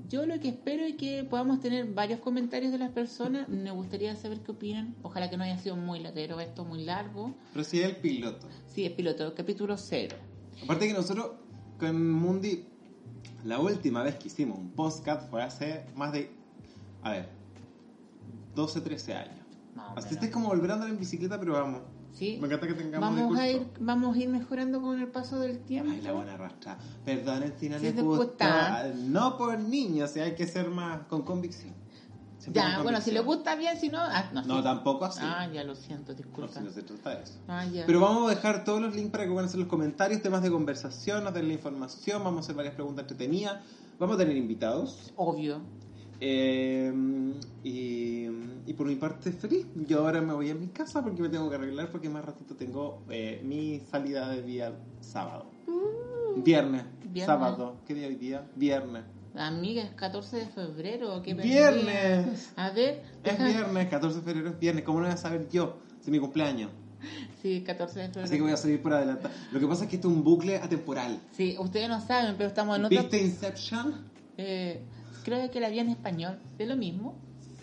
S1: yo lo que espero es que podamos tener varios comentarios de las personas. Me gustaría saber qué opinan. Ojalá que no haya sido muy latero esto, muy largo.
S2: Pero si es el piloto.
S1: Sí, es piloto, capítulo cero.
S2: Aparte que nosotros con Mundi, la última vez que hicimos un podcast fue hace más de, a ver, 12, 13 años.
S1: Más o
S2: Así que
S1: menos.
S2: estoy como volver a andar en bicicleta, pero vamos.
S1: Sí.
S2: Me encanta que tengamos
S1: Vamos a,
S2: discurso.
S1: ir, vamos a ir mejorando con el paso del tiempo.
S2: Ay, la buena arrastra. Perdonen si no
S1: Si
S2: les
S1: te
S2: gusta.
S1: gusta.
S2: No por niños, o sea, hay que ser más con convicción. Siempre
S1: ya,
S2: con
S1: bueno, si
S2: convicción.
S1: le gusta bien, si no... ah, no,
S2: No,
S1: sí.
S2: tampoco así.
S1: Ah, ya lo siento,
S2: no,
S1: disculpa.
S2: si no se trata de eso.
S1: Ah, ya.
S2: Pero vamos a dejar todos los links para que puedan hacer los comentarios, temas de conversación, nos den la información, vamos a hacer varias preguntas entretenidas, vamos a tener invitados.
S1: Obvio.
S2: Eh, y, y por mi parte, feliz. Yo ahora me voy a mi casa porque me tengo que arreglar porque más ratito tengo eh, mi salida de día sábado. Viernes,
S1: Uh. Viernes.
S2: sábado. ¿Qué día hoy día? Viernes.
S1: Amiga, es 14 de febrero. Qué
S2: ¡Viernes!
S1: perdida. A ver,
S2: Es
S1: deja-
S2: viernes, 14 de febrero es viernes. ¿Cómo lo voy a saber yo? Si es mi cumpleaños.
S1: Sí, 14 de febrero.
S2: Así que voy a salir por adelantado. Lo que pasa es que esto es un bucle atemporal.
S1: Sí, ustedes no saben, pero estamos en otra.
S2: ¿Viste Inception?
S1: Eh, creo que la vi en español. ¿Es lo mismo?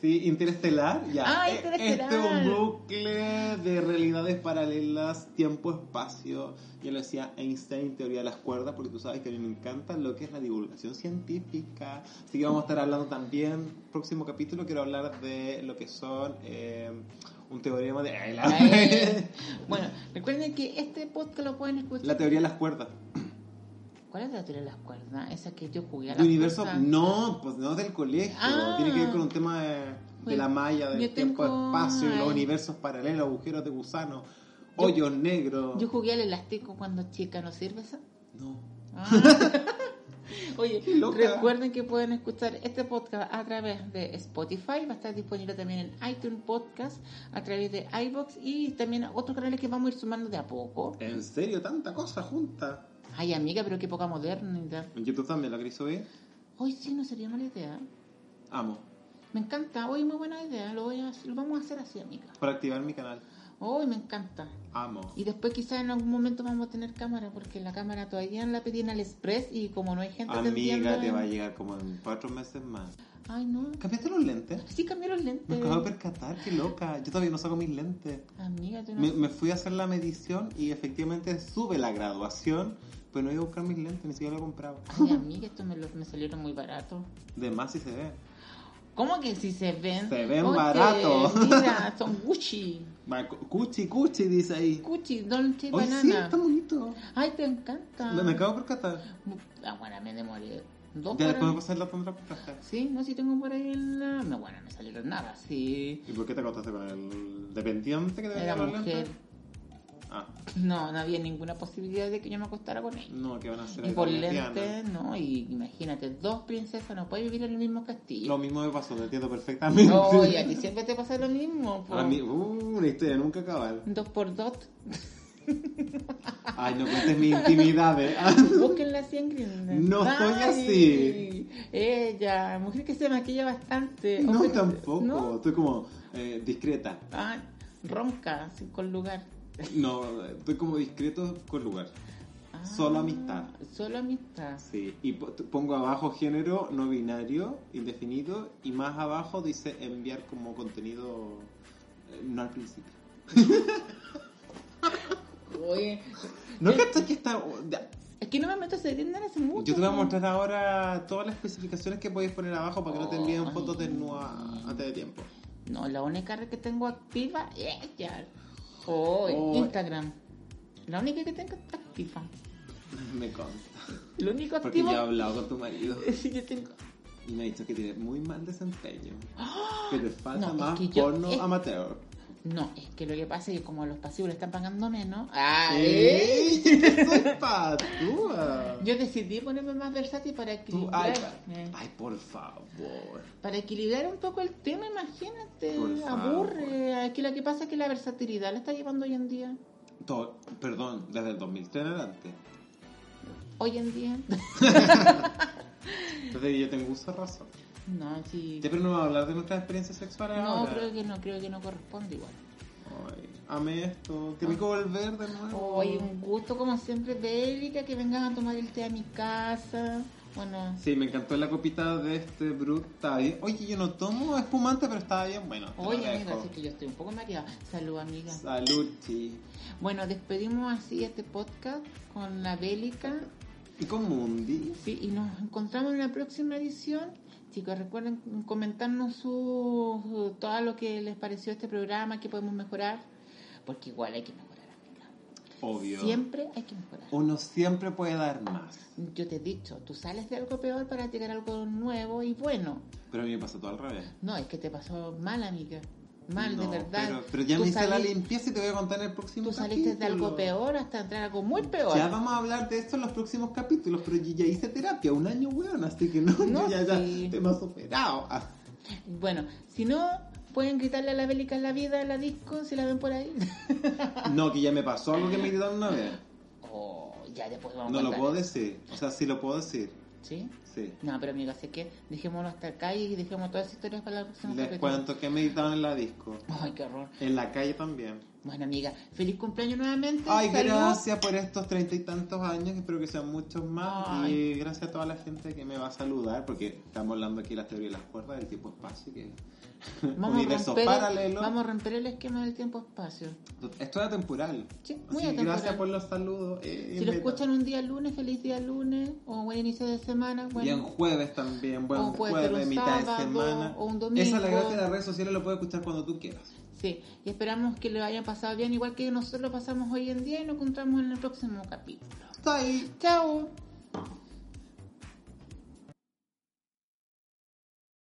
S2: Sí, Interestelar, ya.
S1: Ah,
S2: E-
S1: Interestelar.
S2: Este es un bucle de realidades paralelas, tiempo-espacio. Yo lo decía Einstein, teoría de las cuerdas, porque tú sabes que a mí me encanta lo que es la divulgación científica. Así que vamos a estar hablando también, próximo capítulo, quiero hablar de lo que son eh, un teorema de...
S1: Ay.
S2: ay, la...
S1: Bueno, recuerden que este podcast lo pueden escuchar.
S2: la teoría de las cuerdas.
S1: ¿Cuál es la teoría de las cuerdas? Esa que yo jugué a
S2: ¿De
S1: la
S2: universo?
S1: fuerza.
S2: No, pues no del colegio.
S1: Ah.
S2: Tiene que ver con un tema de, de
S1: Bueno,
S2: la malla,
S1: yo
S2: del
S1: tengo-
S2: tiempo-espacio, los
S1: ay.
S2: universos paralelos, agujeros de gusano, hoyos negros.
S1: Yo jugué al elástico cuando chica, ¿no sirve esa?
S2: No.
S1: Ah. Oye,
S2: Qué loca.
S1: recuerden que pueden escuchar este podcast a través de Spotify, va a estar disponible también en iTunes Podcast, a través de iBox y también otros canales que vamos a ir sumando de a poco.
S2: ¿En serio? ¿Tanta cosa junta?
S1: Ay, amiga, pero qué poca modernidad.
S2: En YouTube también la queréis subir.
S1: Hoy sí, no sería mala idea.
S2: Amo.
S1: Me encanta, hoy muy buena idea, lo, voy a, lo vamos a hacer así, amiga.
S2: Para activar mi canal.
S1: Hoy me encanta.
S2: Amo.
S1: Y después quizás en algún momento vamos a tener cámara, porque la cámara todavía la pedí en el Express y como no hay gente atendiendo
S2: Amiga, te
S1: en-
S2: va a llegar como en cuatro meses más.
S1: Ay, no.
S2: ¿Cambiaste los lentes?
S1: Sí cambié los
S2: Me
S1: lentes.
S2: acabo de percatar, qué loca. Yo todavía no saco mis lentes.
S1: Amiga, tú no...
S2: Me, me fui a hacer la medición y efectivamente sube la graduación, pero no iba a buscar mis lentes, ni siquiera lo compraba.
S1: Ay, amiga, estos me, los- me salieron muy baratos.
S2: De más si se ve.
S1: ¿Cómo que si se ven?
S2: Se ven
S1: Oye,
S2: baratos.
S1: Mira, son Gucci.
S2: Va, cu- Cuchi, cuchi, dice ahí.
S1: Gucci, Dolce
S2: Oye, sí,
S1: Banana.
S2: está bonito.
S1: Ay, te encanta.
S2: Me, me acabo de percatar.
S1: Ah, bueno, me demoré. Dos
S2: Ya
S1: horas.
S2: después de pasar la tendrá puesta.
S1: Sí, no, si tengo por ahí en la... No, bueno, me salieron nada, sí.
S2: ¿Y por qué te acostaste con el dependiente que te
S1: Era
S2: vendía los
S1: mujer.
S2: lentes? Ah,
S1: No, no había ninguna posibilidad de que yo me acostara con ella.
S2: no, que van a hacer
S1: Y
S2: ahí
S1: por
S2: con la lesbiana?
S1: lentes, no, y imagínate, dos princesas no pueden vivir en el mismo castillo.
S2: Lo mismo me pasó, te entiendo perfectamente.
S1: Oye, a ti siempre te pasa lo mismo. po.
S2: A mí, uh, una historia nunca acabar.
S1: Dos por dos.
S2: Ay, no cuentes eh. mis intimidades.
S1: Búsquenla así en Grindr.
S2: No estoy
S1: Ay,
S2: así.
S1: Ella, mujer que se maquilla bastante.
S2: No,
S1: Hombre-
S2: tampoco.
S1: ¿no?
S2: Estoy como eh, discreta.
S1: Ay, ronca, sin con lugar.
S2: No, estoy como discreto con lugar.
S1: Ah,
S2: Solo amistad.
S1: Solo amistad.
S2: Sí. Y po- pongo abajo género no binario, indefinido, y más abajo dice enviar como contenido eh, no al principio.
S1: Oye, Eh,
S2: No cachas que está. ya.
S1: es que no me meto a ese Grindr hace mucho.
S2: Yo te voy a mostrar ahora todas las especificaciones que podéis poner abajo para que no te envíen
S1: Oh, Ay.
S2: fotos desnudas antes de tiempo.
S1: No, la única red que tengo activa es ella. Oh,
S2: Oh.
S1: Instagram. La única que tengo está activa.
S2: Me consta.
S1: Lo único
S2: Porque
S1: activo
S2: ya he hablado con tu marido
S1: Sí, yo tengo.
S2: y me ha dicho que tiene muy mal desempeño. Que te falta
S1: ¡Ah! No, es
S2: más
S1: que yo-
S2: porno
S1: es-
S2: amateur.
S1: No, es que lo que pasa es que como los pasivos le están pagando menos,
S2: ¡Ey! ¡Yo soy patúa!
S1: yo decidí ponerme más versátil para
S2: Tú,
S1: equilibrar,
S2: ay,
S1: eh,
S2: ay, por favor.
S1: para equilibrar un poco el tema, imagínate,
S2: Por favor.
S1: aburre. Aquí lo que pasa es que la versatilidad la está llevando hoy en día.
S2: To- perdón, desde el 2003 en adelante.
S1: Hoy en día.
S2: Entonces yo tengo uso de razón.
S1: No, sí.
S2: Ya, pero no vamos a hablar de nuestras experiencias sexuales
S1: No,
S2: ahora.
S1: creo que no, creo que no corresponde igual.
S2: Ay, amé esto. Que rico volver de nuevo.
S1: Hoy un gusto como siempre, Bélica, que vengan a tomar el té a mi casa. Bueno,
S2: Sí, me encantó la copita de este Brut. Estaba bien. Oye, yo no tomo espumante, pero estaba bien. Bueno, te lo
S1: oye amiga,
S2: agradezco.
S1: así que yo estoy un poco mareada. Salud amiga.
S2: Salud, sí.
S1: Bueno, despedimos así este podcast con la Bélica.
S2: ¿Y con Mundi?
S1: Sí, y nos encontramos en la próxima edición. Chicos, recuerden comentarnos su, todo lo que les pareció este programa, que podemos mejorar, porque igual hay que mejorar, amiga.
S2: Obvio.
S1: Siempre hay que mejorar.
S2: Uno siempre puede dar más.
S1: Yo te he dicho, tú sales de algo peor para llegar a algo nuevo y bueno.
S2: Pero a mí me pasó todo al revés.
S1: No, es que te pasó mal, amiga. Mal, de
S2: No,
S1: verdad.
S2: Pero, pero ya
S1: Tú
S2: me hice la
S1: sali-
S2: limpieza y te voy a contar en el próximo
S1: Tú saliste de algo
S2: capítulo.
S1: peor hasta entrar a algo muy peor.
S2: Ya vamos a hablar de esto en los próximos capítulos, pero yo ya hice terapia, un año, weón, así que no,
S1: No,
S2: yo ya, ya
S1: sí.
S2: te me has superado. Ah,
S1: Bueno, si no, pueden gritarle a la bélica en la vida, en la disco, si la ven por ahí.
S2: No, que ya me pasó algo que me gritaron una vez.
S1: Oh, ya después vamos
S2: No
S1: a
S2: lo
S1: contar.
S2: puedo decir, o sea, sí lo puedo decir,
S1: ¿Sí?
S2: sí.
S1: No, pero amiga, sé que dejémoslo hasta acá y dejemos todas las historias para la próxima
S2: Les cuento que me gritaron en la disco,
S1: Ay, qué horror.
S2: en la calle también.
S1: Bueno, amiga, feliz cumpleaños nuevamente.
S2: Ay,
S1: Salud.
S2: gracias por estos treinta y tantos años, espero que sean muchos más.
S1: Ay.
S2: Y gracias a toda la gente que me va a saludar, porque estamos hablando aquí de las teorías de las cuerdas, del tiempo espacio, que
S1: Vamos a,
S2: universo
S1: romper,
S2: paralelo.
S1: vamos a romper el esquema del tiempo-espacio.
S2: Esto era temporal.
S1: Sí,
S2: Así
S1: muy
S2: que
S1: atemporal.
S2: Gracias por los saludos. eh,
S1: Si lo
S2: Beta.
S1: escuchan un día lunes, feliz día lunes, o buen inicio de semana,
S2: Y en
S1: bueno,
S2: jueves también, buen
S1: O puede ser
S2: jueves,
S1: un
S2: mitad
S1: sábado,
S2: de semana.
S1: o un domingo.
S2: Esa es la gracia de las redes sociales, lo puedes escuchar cuando tú quieras.
S1: sí, y esperamos que lo hayan pasado bien, igual que nosotros lo pasamos hoy en día y nos encontramos en el próximo capítulo.
S2: Está ahí.
S1: Chao.